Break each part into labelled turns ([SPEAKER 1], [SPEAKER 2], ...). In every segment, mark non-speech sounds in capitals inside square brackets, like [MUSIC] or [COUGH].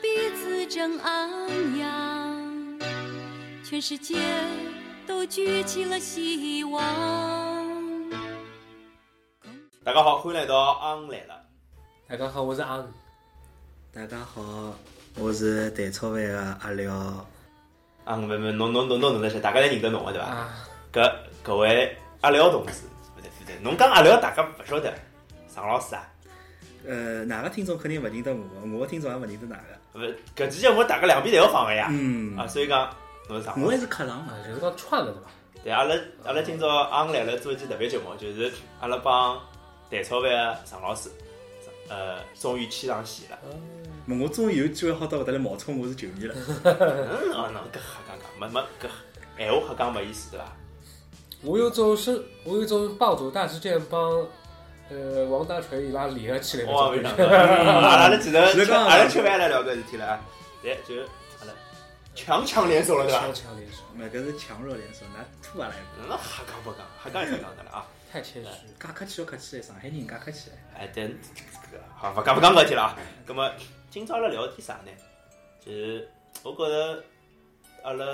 [SPEAKER 1] 彼此正昂扬，全世界都举起了希望。
[SPEAKER 2] 大家好，欢迎来到昂来了。
[SPEAKER 3] 大家好，我是昂。
[SPEAKER 4] 大家好，我是蛋炒饭的阿廖。
[SPEAKER 2] 啊，没没，侬侬侬侬认得些，大家侪认得侬个对伐？
[SPEAKER 3] 啊，
[SPEAKER 2] 搿搿位阿廖同志，勿对勿对，侬讲阿廖，大家勿晓得，常老师啊，
[SPEAKER 4] 呃，哪个听众肯定勿认得我，我的听众也勿认得哪个。
[SPEAKER 2] 勿搿期节目大家两边侪要放个呀。
[SPEAKER 4] 嗯
[SPEAKER 2] 啊，所以讲侬是常老
[SPEAKER 4] 我
[SPEAKER 2] 师
[SPEAKER 4] 也。是客场嘛。
[SPEAKER 3] 啊，就是讲串了对伐？
[SPEAKER 2] 对，阿拉阿拉今朝昂来了做一期特别节目，就是阿拉帮蛋炒饭的常老师，呃，终于牵上线了。
[SPEAKER 4] 嗯我终于有机会好到搿搭来冒充我是球迷了。
[SPEAKER 2] 嗯，哦，侬搿瞎讲讲，没没搿闲话瞎讲没意思对伐？
[SPEAKER 3] 我有种是，我有种暴走大事件帮呃王大锤伊拉联合起来的
[SPEAKER 2] 我也没
[SPEAKER 3] 感
[SPEAKER 2] 想
[SPEAKER 3] 觉。
[SPEAKER 2] 到，阿拉只能
[SPEAKER 4] 是这样的
[SPEAKER 2] 阿拉吃饭来聊搿事体了啊。对，就是阿拉强强联手了对伐？
[SPEAKER 3] 强强联手，
[SPEAKER 4] 没，搿是强弱联手，㑚吐也来不。
[SPEAKER 2] 侬瞎讲不讲，瞎讲也是讲的了啊。
[SPEAKER 3] 太谦虚了。
[SPEAKER 4] 介客气要客气，上海人介客气。
[SPEAKER 2] 哎，对，好，勿讲勿讲搿事体了啊。葛末今朝阿拉聊点啥呢？就是我觉着阿拉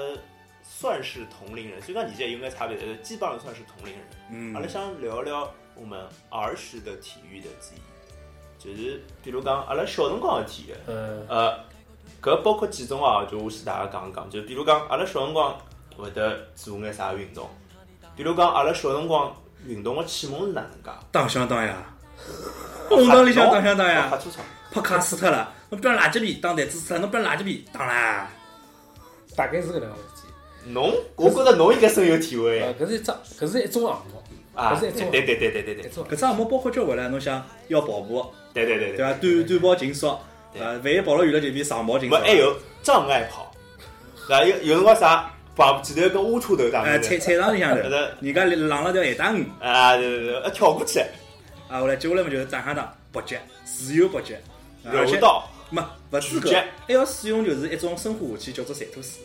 [SPEAKER 2] 算是同龄人，虽然讲年纪有眼差别，但是基本上算是同龄人。
[SPEAKER 4] 嗯
[SPEAKER 2] 阿拉想聊聊我们儿时的体育的记忆，就是比如讲阿拉小辰光的体育，
[SPEAKER 3] 呃，
[SPEAKER 2] 呃，搿包括几种啊，就我先大家讲一讲，就比如讲阿拉小辰光会得做眼啥运动，比如讲阿拉小辰光运动的启蒙是哪能介？
[SPEAKER 4] 打相打呀，红道里向打相打
[SPEAKER 2] 哦瞎
[SPEAKER 4] 呀，
[SPEAKER 2] 粗糙。
[SPEAKER 4] 拍卡死脱了。侬不要垃圾皮当台子吃了，侬不要垃圾皮当啦。
[SPEAKER 3] 大概是搿能样子。
[SPEAKER 2] 侬，我觉着侬应该深有体会
[SPEAKER 3] 呃，搿是一只，搿是一种项目，
[SPEAKER 2] 啊！
[SPEAKER 3] 搿是
[SPEAKER 2] 对
[SPEAKER 3] 一种
[SPEAKER 2] 对对对对对
[SPEAKER 3] 一
[SPEAKER 2] 对
[SPEAKER 3] 种
[SPEAKER 4] 搿只项目包括交关了，侬想要跑步，
[SPEAKER 2] 对对对啊
[SPEAKER 4] 对
[SPEAKER 2] 对。
[SPEAKER 4] 伐？短短跑竞速，
[SPEAKER 2] 对
[SPEAKER 4] 呃，万一跑了远了就变长跑竞速
[SPEAKER 2] 没。还哎有障碍跑，那有有辰光啥把前头跟乌秃头打
[SPEAKER 4] 呃，
[SPEAKER 2] 的，
[SPEAKER 4] 菜菜场
[SPEAKER 2] [LAUGHS]
[SPEAKER 4] 里向头
[SPEAKER 2] 搿个，
[SPEAKER 4] 人家浪了条咸带鱼，
[SPEAKER 2] 啊对对对，呃跳过去，
[SPEAKER 4] 啊，后来接下来嘛就是炸香肠、搏击、自由搏击，啊
[SPEAKER 2] 柔
[SPEAKER 4] 而且
[SPEAKER 2] 道，
[SPEAKER 4] 没勿止
[SPEAKER 2] 狙击
[SPEAKER 4] 搿，还要使用就是一种生化武器叫做馋吐丝。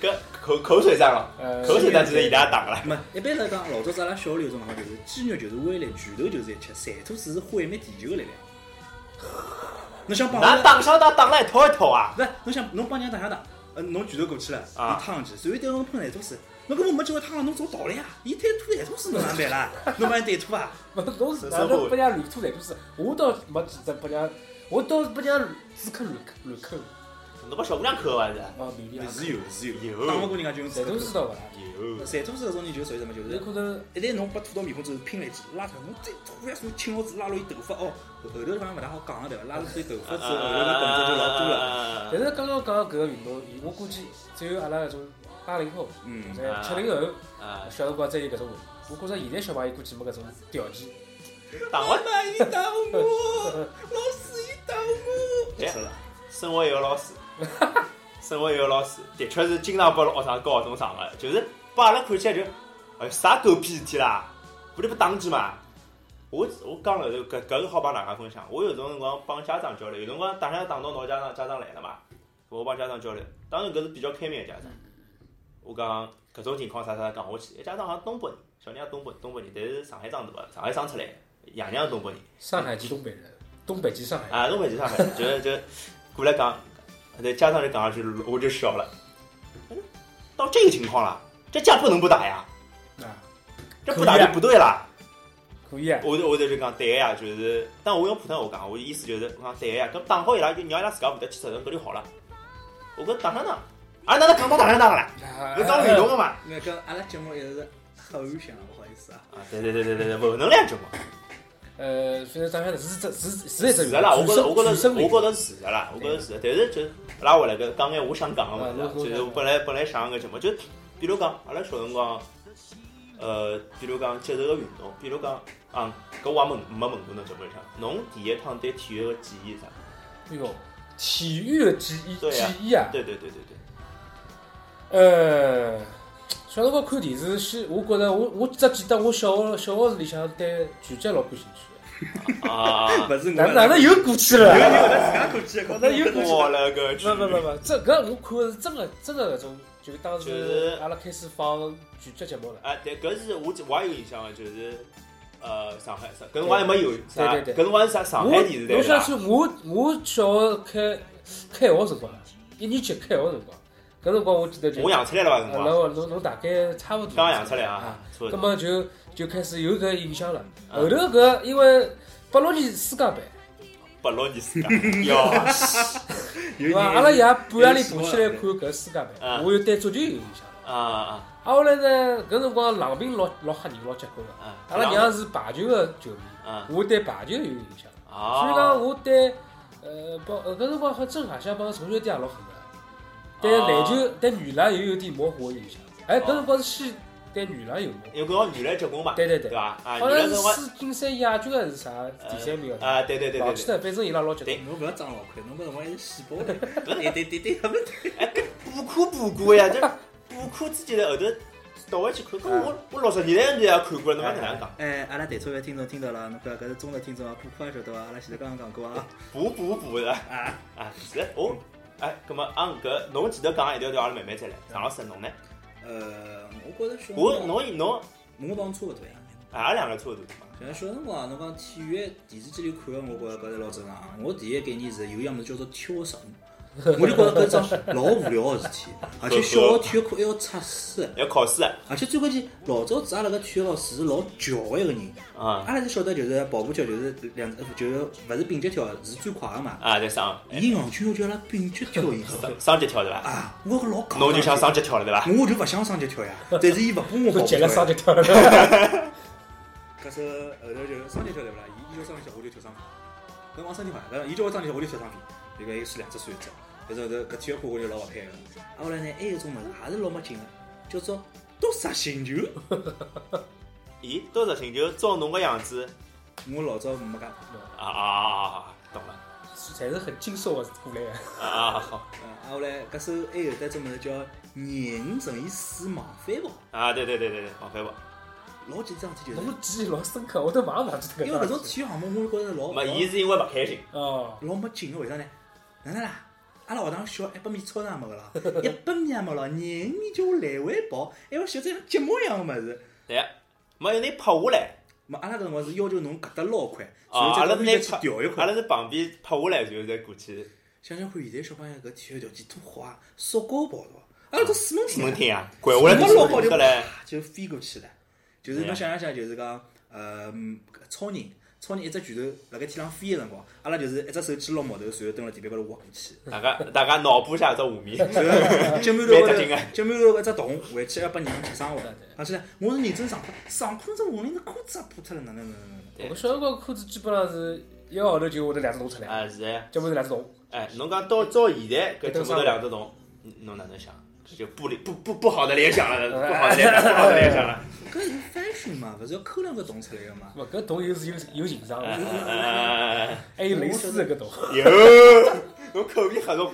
[SPEAKER 2] 跟口口水战了，
[SPEAKER 3] 呃
[SPEAKER 2] 口水战就是伊拉打个了，
[SPEAKER 4] 没，一般来讲，老早子阿拉小学里有种讲法就是肌肉就是威力，拳头就是一切，馋吐丝是毁灭地球的力量。侬想帮
[SPEAKER 2] 那
[SPEAKER 4] 我，
[SPEAKER 2] 打上打打了一套一套啊，
[SPEAKER 4] 勿是侬想侬帮人家打相打，呃，侬拳头过去了，
[SPEAKER 2] 啊
[SPEAKER 4] 伊趟上去，随后对方喷馋吐丝，侬根本没机会趟了，侬早倒了呀！伊推吐馋吐丝侬哪能办啦？ [LAUGHS] 侬帮伊对吐啊？
[SPEAKER 3] 勿是侬是哪能拨人家乱吐来吐是？我倒没记得拨人家，我倒是拨人家只扣乱扣乱扣，
[SPEAKER 2] 侬把小姑娘扣完是？
[SPEAKER 3] 哦，乱乱
[SPEAKER 4] 是有是
[SPEAKER 2] 有
[SPEAKER 4] 打勿过人家就用
[SPEAKER 3] 侪都知道伐？
[SPEAKER 2] 有，
[SPEAKER 4] 馋吐丝搿种人就属于什么？就是
[SPEAKER 3] 有可能
[SPEAKER 4] 一旦侬把吐到面孔之后拼了一记，拉脱，侬再突然从青老子拉落伊头发哦，后头地方勿大好讲个对伐？拉落伊头发之后，后头个动作就老多了。
[SPEAKER 2] 了
[SPEAKER 3] 但是刚刚讲到搿个运动，我估计只有阿拉搿种八零后、
[SPEAKER 4] 嗯，
[SPEAKER 3] 在七零后
[SPEAKER 2] 啊，
[SPEAKER 3] 小辰光才有搿种运动。我觉着现在小朋友估计没搿种条件。
[SPEAKER 2] 打完
[SPEAKER 4] 妈伊打我，老师伊打我。
[SPEAKER 2] 哎
[SPEAKER 4] 是了，
[SPEAKER 2] 生活一个老师， [LAUGHS] 生活一个老师，的确是经常拨学生教学种上个，就是把阿拉看起来就，哎呦啥狗屁事体啦，不就不打击嘛。我我讲了，搿搿个好帮大家分享。我有种辰光帮家长交流，有辰光打相打到闹家长，家长来了嘛，我帮家长交流。当然搿是比较开明的家长。我讲搿种情况啥啥啥讲下去，一家长好像东北人，小人也东北东北人，但是上海长大的，上海生出来的，爷娘是东北人。
[SPEAKER 3] 上海籍东北人，东北籍上海人。
[SPEAKER 2] 啊，侬回去上海，就就过来讲，对，家长就讲上去，我就笑了。嗯到这个情况了，这架不能不打呀，
[SPEAKER 3] 啊，
[SPEAKER 2] 这不打就不对了。
[SPEAKER 3] 可以啊。
[SPEAKER 2] 我就我就就讲对呀，就是，但我用普通话讲，我意思就是，我讲对呀，搿打好伊拉就让伊拉自家负责去责任，搿就好了。我搿打相打，啊，哪能讲到打相打了？
[SPEAKER 3] 啊
[SPEAKER 2] 搿讲运动个嘛？
[SPEAKER 4] 那跟阿拉节目一直是黑暗向，不好意思啊。
[SPEAKER 3] 哎
[SPEAKER 2] 啊，对对对对对对，勿能量就嘛。
[SPEAKER 3] 呃，虽然上海的是这是是是一
[SPEAKER 2] 事
[SPEAKER 3] 种
[SPEAKER 2] 实啦，我觉着我觉
[SPEAKER 3] 女生
[SPEAKER 2] 着
[SPEAKER 3] 为
[SPEAKER 2] 我
[SPEAKER 3] 主
[SPEAKER 2] 觉着是事实啦，我觉着是事实。但是就是拉回来搿讲眼我想讲个物事啊
[SPEAKER 3] 嗯，
[SPEAKER 2] 就是我本来本来想个节目，就比如讲阿拉小辰光，呃，比如讲接受个运动，比如讲啊，搿我也问没问过侬节目里向，侬第一趟对体育个记忆是啥？
[SPEAKER 3] 哎呦，体育的记忆
[SPEAKER 2] 对
[SPEAKER 3] 记
[SPEAKER 2] 呀
[SPEAKER 3] 忆啊，
[SPEAKER 2] 对对对对对，
[SPEAKER 3] 呃，小辰光看电视是，我觉着我我只记得我小学小学里向对拳击老感兴趣
[SPEAKER 2] 啊，
[SPEAKER 4] 勿是我
[SPEAKER 3] 的，哪哪能又过去了？
[SPEAKER 4] 有你有得自家过去的，
[SPEAKER 3] [LAUGHS] 那有
[SPEAKER 2] 过了个去
[SPEAKER 3] 不，不不不，这搿我看的是真的真的搿种，就是当
[SPEAKER 2] 就是
[SPEAKER 3] 时阿拉开始放拳击节目了。
[SPEAKER 2] 啊，对，搿是我记我也有印象个，就是呃上海，上搿辰光还没有啥，
[SPEAKER 3] 对对对
[SPEAKER 2] 搿辰光是啥上
[SPEAKER 3] 我
[SPEAKER 2] 海电视台
[SPEAKER 3] 侬
[SPEAKER 2] 是吧
[SPEAKER 3] 想起我我小学开开学辰光，一年级开学辰光，搿辰光我记得就
[SPEAKER 2] 我养出来了伐？搿辰
[SPEAKER 3] 啊，
[SPEAKER 2] 光
[SPEAKER 3] 然后侬侬大概差勿多
[SPEAKER 2] 刚养出来啊
[SPEAKER 3] 啊，，
[SPEAKER 2] 差不
[SPEAKER 3] 葛
[SPEAKER 2] 多
[SPEAKER 3] 么就就开始有搿影响了。
[SPEAKER 2] 嗯
[SPEAKER 3] 后头搿因为八六年世界杯，
[SPEAKER 2] 八六年 [LAUGHS] 世界，啊哟，
[SPEAKER 4] 有
[SPEAKER 3] 对伐？
[SPEAKER 4] 人
[SPEAKER 3] 阿拉爷半夜里爬
[SPEAKER 4] 有
[SPEAKER 3] 起来看搿世界杯
[SPEAKER 2] 啊，
[SPEAKER 3] 我又对足球有影响。
[SPEAKER 2] 啊啊
[SPEAKER 3] 啊，后来呢，搿辰光郎平老老吓人，老结棍个。
[SPEAKER 2] 啊！
[SPEAKER 3] 阿拉娘是排球个球迷，
[SPEAKER 2] 啊
[SPEAKER 3] 我对排球有影响。
[SPEAKER 2] 啊，
[SPEAKER 3] 所以讲，我对呃帮呃搿辰光好像正海相帮陈学典也老狠个，对篮
[SPEAKER 2] 啊
[SPEAKER 3] 球对女篮也有点模糊个影响。哎，搿辰光是先对女篮有模糊。
[SPEAKER 2] 因为搿辰光女篮结棍嘛，
[SPEAKER 3] 对对
[SPEAKER 2] 对
[SPEAKER 3] 对，
[SPEAKER 2] 伐？啊，女
[SPEAKER 3] 好像
[SPEAKER 2] 篮
[SPEAKER 3] 是
[SPEAKER 2] 辰光
[SPEAKER 3] 世锦赛亚军还是啥第三名啊？
[SPEAKER 2] 啊，对对对
[SPEAKER 3] 老
[SPEAKER 2] 对
[SPEAKER 3] 记
[SPEAKER 2] 对，
[SPEAKER 3] 得，反正伊拉老结棍。
[SPEAKER 4] 侬勿要长老快，侬搿辰光还是细胞嘞。对对对对，没
[SPEAKER 2] 补课补过呀，这补课之前的后头倒回去看，搿我我六十年代也看过了，侬讲哪能讲？
[SPEAKER 4] 哎，阿拉台车的听众听到了，侬搿搿是中的听众啊，补课也晓得伐？阿拉前头刚刚讲过啊。
[SPEAKER 2] 补补补的啊啊是哦，哎，葛么按搿侬前头讲的一条条，阿拉慢慢再来。常老师侬呢？
[SPEAKER 4] 呃，我觉着小辰光
[SPEAKER 2] 我啊侬侬
[SPEAKER 4] 我帮侬差勿多呀。
[SPEAKER 2] 俺两个差不多嘛，
[SPEAKER 4] 像小辰光，侬讲体育电视机里看个，我觉着搿是老正常啊。我第一概念是有一样物事叫做跳
[SPEAKER 2] [LAUGHS]
[SPEAKER 4] 绳，我就觉着搿是桩老无聊个事体，而且小学体育课还要测试，
[SPEAKER 2] 要考试
[SPEAKER 4] 而且最关键，老早子阿拉搿体育老师是老强个一个人，
[SPEAKER 2] 啊
[SPEAKER 4] 阿拉就晓得就是跑步跳就是两呃就是勿是并脚跳是最快个嘛。
[SPEAKER 2] 啊！在上
[SPEAKER 4] 伊硬就要叫阿拉并脚跳
[SPEAKER 2] [LAUGHS]
[SPEAKER 4] 一个
[SPEAKER 2] 上上级跳对伐？
[SPEAKER 4] 啊，我老戆。
[SPEAKER 2] 侬就想上级跳了对伐？
[SPEAKER 4] 我就勿想上去跳呀，但是伊勿拨
[SPEAKER 2] [LAUGHS]
[SPEAKER 4] 我
[SPEAKER 3] 都
[SPEAKER 4] 跑
[SPEAKER 3] 急了，
[SPEAKER 4] 上
[SPEAKER 3] 上
[SPEAKER 4] 去。
[SPEAKER 3] 就跳了。 [LAUGHS]
[SPEAKER 4] 搿是后头呃就是上去跳对勿啦？伊伊叫上去跳，我就跳上去。搿往上去嘛，搿伊叫我上去跳，我就跳上去。迭个是两只手一只，但是后头搿体育课我就老勿开个。啊，后来呢，还有一种物事也是老没劲个，啊叫做夺杀星球。
[SPEAKER 2] 咦，多少星球照侬个样子
[SPEAKER 4] 我老早没讲，
[SPEAKER 2] 啊啊啊啊！懂了
[SPEAKER 3] 侪是很精瘦个过
[SPEAKER 2] [LAUGHS]
[SPEAKER 3] 来个。
[SPEAKER 2] 啊啊好
[SPEAKER 4] 呃，啊后来搿时候还有得只物事叫廿五乘以四往返跑，
[SPEAKER 2] 啊！对对对对对，往返跑。
[SPEAKER 4] 老几桩事体就
[SPEAKER 3] 侬
[SPEAKER 4] 是
[SPEAKER 3] 个，记忆老深刻，我都马上忘记脱
[SPEAKER 4] 因为
[SPEAKER 3] 搿
[SPEAKER 4] 搿种体育项目我觉着老
[SPEAKER 2] 没，伊是因为勿开心
[SPEAKER 3] 哦，
[SPEAKER 4] 老没劲个，为啥呢？哪能啦？阿拉学堂小一百米操场也没个啦，一百米也没了，廿五米叫我来回跑，哎还要学只像节目一样个物事。
[SPEAKER 2] 对，啊没有人拍下来。
[SPEAKER 4] 嘛，阿拉搿辰光是要求侬搿搭捞一块，然
[SPEAKER 2] 啊，
[SPEAKER 4] 后
[SPEAKER 2] 阿拉是拿
[SPEAKER 4] 再到面去调一
[SPEAKER 2] 拍，阿拉
[SPEAKER 4] 块。
[SPEAKER 2] 是旁边拍下来，然后再过去
[SPEAKER 4] 想想看，现在小朋友搿体育条件多好啊，速高跑道，阿拉都四门
[SPEAKER 2] 四
[SPEAKER 4] 厅
[SPEAKER 2] 门
[SPEAKER 4] 啊，
[SPEAKER 2] 厅 [LAUGHS] 啊，掼下来
[SPEAKER 4] 四门
[SPEAKER 2] 就
[SPEAKER 4] 跑就
[SPEAKER 2] 过来。
[SPEAKER 4] 啪就飞过去了。就是
[SPEAKER 2] 对呀
[SPEAKER 4] 侬想想想，就是讲，呃，嗯搿超人，超人一只拳头辣盖天上飞个辰光，阿拉就是一只手去捞木头，然后蹲辣地板高头挖过去。
[SPEAKER 2] 大家大家脑补一下这画 [LAUGHS] 面，
[SPEAKER 4] 脚馒头高
[SPEAKER 2] 蛮
[SPEAKER 4] 头
[SPEAKER 2] 扎劲啊，
[SPEAKER 4] 脚馒头搿只洞，回去要把人踢伤了。而且呢，我啊是认真上课，上课这文明的裤子也啊破脱了，哪能哪能哪能？
[SPEAKER 3] 我小辰光裤子基本上是一个号头就会得两只洞出来，
[SPEAKER 2] 啊是哎，
[SPEAKER 3] 要么是两只洞。
[SPEAKER 2] 哎，侬讲到照现在搿节目头两只洞，嗯侬哪能想？这就不不不不好的联想了，不好的联 [LAUGHS] 想，不好的联想了。
[SPEAKER 4] 搿是 fashion 嘛，勿是要抠两个洞出来个嘛？
[SPEAKER 3] 勿，搿洞又是有有形状
[SPEAKER 2] 嗯
[SPEAKER 3] 的，
[SPEAKER 2] 嗯嗯嗯
[SPEAKER 3] 还有蕾丝的搿洞。
[SPEAKER 2] 嗯哟，侬口味吓侬，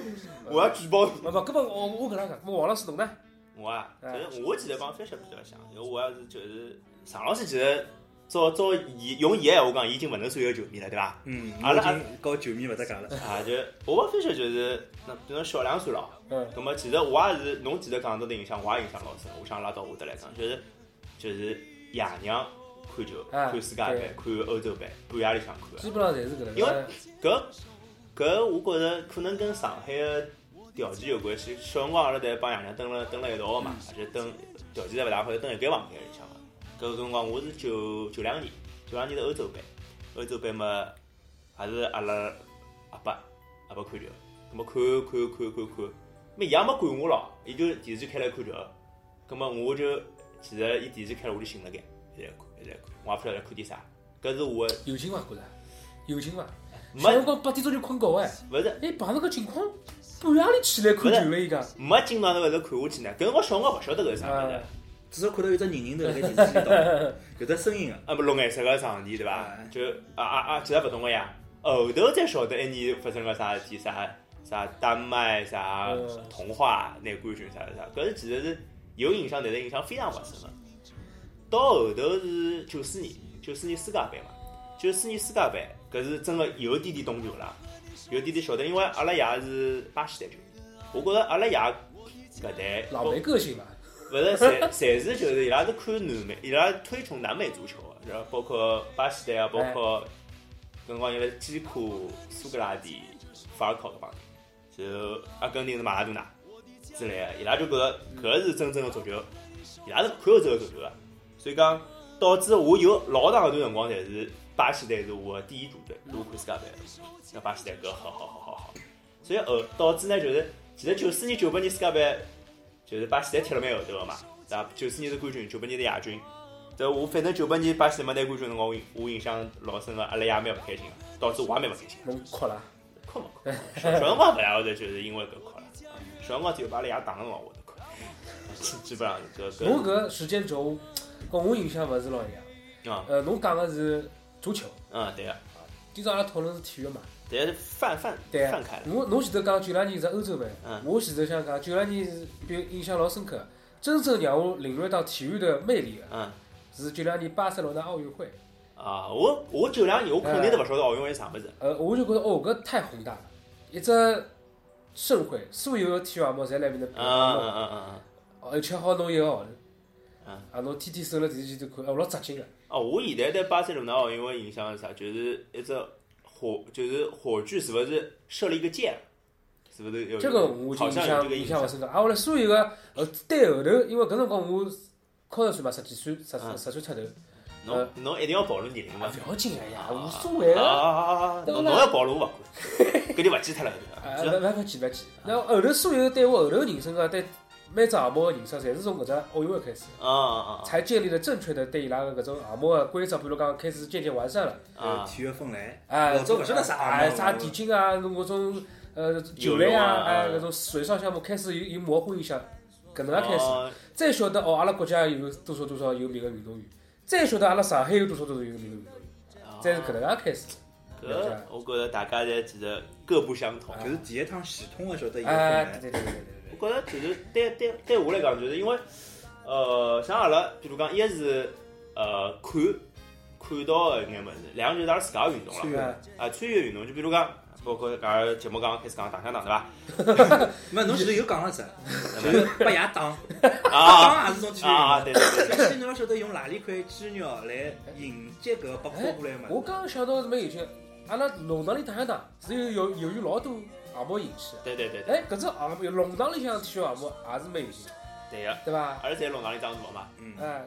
[SPEAKER 2] 我要举报你。
[SPEAKER 3] 勿勿，搿么我我搿能讲，我王老师侬呢？
[SPEAKER 2] 我啊，
[SPEAKER 3] 嗯
[SPEAKER 2] 就是我其实帮 Fisher 比较像，因为我要是就是常老师其实照照伊用伊个闲话讲，伊已经勿能算一个球迷了，对伐？
[SPEAKER 4] 嗯，
[SPEAKER 2] 阿拉
[SPEAKER 4] 我已经搞球迷勿搭界了。
[SPEAKER 2] 啊，就我帮 Fisher 就是那比侬小两岁了。
[SPEAKER 3] 嗯，
[SPEAKER 2] 咁么其实我也是，侬前头讲到的影响，我也影响老深。我想拉到下头来讲，就是就是爷娘看球，
[SPEAKER 3] 啊
[SPEAKER 2] 看世界杯，看欧洲杯，半夜里向看
[SPEAKER 3] 基
[SPEAKER 2] 的。
[SPEAKER 3] 本上侪是搿能
[SPEAKER 2] 因为
[SPEAKER 3] 介。
[SPEAKER 2] 搿搿我觉着可能跟上海的条件有关系。小辰光阿拉在帮爷娘蹲了蹲了一道个嘛，而且蹲条件侪勿大好，蹲一间房间里向嘛。搿个辰光我是九九两年，九两年是欧洲杯，欧洲杯嘛还是阿拉阿伯阿伯看球，葛么看看看看看，么伊也没管我咯，伊就电视机开来看球，葛么我就其实伊电视开了我就醒了该，一直在看一直在看，我也勿晓得看点啥，搿是我的
[SPEAKER 3] 有劲伐？觉着有劲伐？小辰
[SPEAKER 2] 没
[SPEAKER 3] 光八点钟就困觉哎，
[SPEAKER 2] 勿是
[SPEAKER 3] 哎，碰着搿情况，半夜里起来看球了，伊讲。
[SPEAKER 2] 没经常头一直看下去呢，搿辰光小辰光勿晓得搿是啥物事
[SPEAKER 3] 啊，
[SPEAKER 4] 至少看到有只人人头辣盖电视机里
[SPEAKER 2] [LAUGHS]
[SPEAKER 4] 头，有得声音个。
[SPEAKER 2] 啊不绿颜色个场地对伐
[SPEAKER 4] 哎？
[SPEAKER 2] 就啊啊啊，其实勿懂个呀，后头才晓得埃年发生了啥事体，啥啥丹麦啥
[SPEAKER 3] 嗯
[SPEAKER 2] 童话拿冠军啥啥，搿是其实是有影响，但是影响非常勿深个。到后头是九四年，九四年世界杯嘛，九四年世界杯搿是真个有点点懂球了，有点点晓得，因为阿拉爷是巴西队球迷，我觉着阿拉爷搿代
[SPEAKER 3] 老梅个性伐？
[SPEAKER 2] 勿是，侪侪是就是伊拉是看南美，伊拉推崇南美足球的，然后包括巴西队啊，包括辰光有了基库、苏格拉底、法尔考搿帮人，就阿根廷是马拉多纳之类的，伊拉就觉着搿是真正的足球，伊拉是看好这个足球的，所以讲导致我有老长一段辰光侪是巴西队是我的第一主队，是我看世界杯的，那巴西队搿好好好好好，所以后导致呢就是，其实九四年九八年世界杯。就是巴西队踢了蛮后头个嘛，对伐？九四年是冠军，九八年是亚军。但我反正九八年巴西没拿冠军辰光，我印我印象老深个，阿拉爷蛮勿开心个，导致我也蛮勿开心个。
[SPEAKER 3] 侬哭了，
[SPEAKER 2] 哭没哭？ [LAUGHS] 小小辰光勿大会得就是因为搿哭了，小辰光只有把阿拉爷打辰光会得哭，基基本上搿
[SPEAKER 3] 侬
[SPEAKER 2] 搿
[SPEAKER 3] 搿时间轴跟我印象勿是老一样。
[SPEAKER 2] 啊
[SPEAKER 3] 呃，侬讲个是足球，
[SPEAKER 2] 嗯对个，
[SPEAKER 3] 今朝阿拉讨论是体育嘛？
[SPEAKER 2] 但是泛泛
[SPEAKER 3] 对啊
[SPEAKER 2] 泛开，了，
[SPEAKER 3] 我侬前头讲九两年是欧洲杯
[SPEAKER 2] 嗯，
[SPEAKER 3] 我前头想讲九两年是比印象老深刻，真正让我领略到体育的魅力的
[SPEAKER 2] 嗯
[SPEAKER 3] 是九两年巴塞罗那奥运会。
[SPEAKER 2] 啊，我我九两年我肯定是勿晓得奥运会是啥物事，
[SPEAKER 3] 呃，我就觉得哦，搿太宏大了，一只盛会，所有的体育项目侪辣面搭比
[SPEAKER 2] 嗯嗯
[SPEAKER 3] 弄，
[SPEAKER 2] 嗯嗯嗯，
[SPEAKER 3] 而且好侬一个号头
[SPEAKER 2] 嗯，
[SPEAKER 3] 啊，侬天天守辣电视机头看，哦，老扎劲个。
[SPEAKER 2] 哦，我现在对巴塞罗那奥运会印象是啥？就是一只火，就是火炬，是不是射了一个箭？是不是有一？
[SPEAKER 3] 这个我就
[SPEAKER 2] 好
[SPEAKER 3] 印
[SPEAKER 2] 像有
[SPEAKER 3] 象
[SPEAKER 2] 这个
[SPEAKER 3] 印
[SPEAKER 2] 印
[SPEAKER 3] 象勿深刻。啊，我来所有个呃对后头，因为搿辰光我考上岁嘛，十几岁，十
[SPEAKER 2] 嗯
[SPEAKER 3] 十岁出头，
[SPEAKER 2] 侬侬一定要暴露年龄
[SPEAKER 3] 啊
[SPEAKER 2] 吗？
[SPEAKER 3] 勿要紧个呀，无所谓
[SPEAKER 2] 啊
[SPEAKER 3] 个。
[SPEAKER 2] 啊啊啊！啊
[SPEAKER 3] 对不
[SPEAKER 2] 侬
[SPEAKER 3] 啦
[SPEAKER 2] 侬要暴露我勿管，搿就勿记脱了。
[SPEAKER 3] 啊，
[SPEAKER 2] 对
[SPEAKER 3] 勿
[SPEAKER 2] 吧
[SPEAKER 3] 勿勿记勿记。那后头所有对我后头人生个对每只项目个认识，侪是从搿只奥运会开始，
[SPEAKER 2] 啊啊
[SPEAKER 3] 才建立了正确的对伊拉个搿种项目个规则，比如讲开始渐渐完善了。
[SPEAKER 2] 啊啊！
[SPEAKER 4] 体育分类，
[SPEAKER 3] 哎，
[SPEAKER 4] 老早勿晓得啥
[SPEAKER 3] 哎，啥
[SPEAKER 4] 项目
[SPEAKER 3] 田径啊，侬搿种呃球类
[SPEAKER 2] 游泳
[SPEAKER 3] 啊，
[SPEAKER 2] 啊
[SPEAKER 3] 哎，搿种水上项目开始有有模糊印象，搿能介开始，
[SPEAKER 2] 哦
[SPEAKER 3] 再晓得哦，阿拉国家有多少多少有名个运动员，再晓得阿拉上海有多少多少有名个运动员，
[SPEAKER 2] 啊
[SPEAKER 3] 再是搿能介开始。了解
[SPEAKER 2] 搿我觉着大家侪其实各不相同。
[SPEAKER 4] 就是第一趟系统个晓
[SPEAKER 2] 哦
[SPEAKER 4] 得一个
[SPEAKER 2] 啊
[SPEAKER 3] 哎，
[SPEAKER 4] 分
[SPEAKER 3] 对
[SPEAKER 4] 类，
[SPEAKER 3] 对对对对
[SPEAKER 2] 我觉着就是对对对我来讲，就是因为呃，像阿拉，比如讲，一是呃看看到的一眼物事，两个就是阿拉自家的运动了
[SPEAKER 3] 对，
[SPEAKER 4] 穿越
[SPEAKER 3] 哎
[SPEAKER 2] 啊，穿越运动，就比如讲，包括搿个节目刚刚开始讲打相打对伐？
[SPEAKER 4] 没，侬前头又讲了只，
[SPEAKER 2] [LAUGHS]
[SPEAKER 4] 就是把牙打，
[SPEAKER 2] 啊
[SPEAKER 4] 打也是种体育
[SPEAKER 2] 啊啊，
[SPEAKER 4] [LAUGHS] 运
[SPEAKER 2] 对对对，
[SPEAKER 4] 动。首先侬要晓得用哪里块肌肉来迎接搿个被抛过来
[SPEAKER 3] 哎我
[SPEAKER 4] 嘛。
[SPEAKER 3] 刚刚想到是蛮有趣，阿拉弄堂里打相打是有由由于老多项目引起的。
[SPEAKER 2] 对对对对
[SPEAKER 3] 哎，搿只项目弄堂里向体育项目也是蛮有趣的，
[SPEAKER 2] 对个，
[SPEAKER 3] 对伐？
[SPEAKER 2] 而且弄堂里长大嘛，
[SPEAKER 4] 嗯，
[SPEAKER 3] 哎，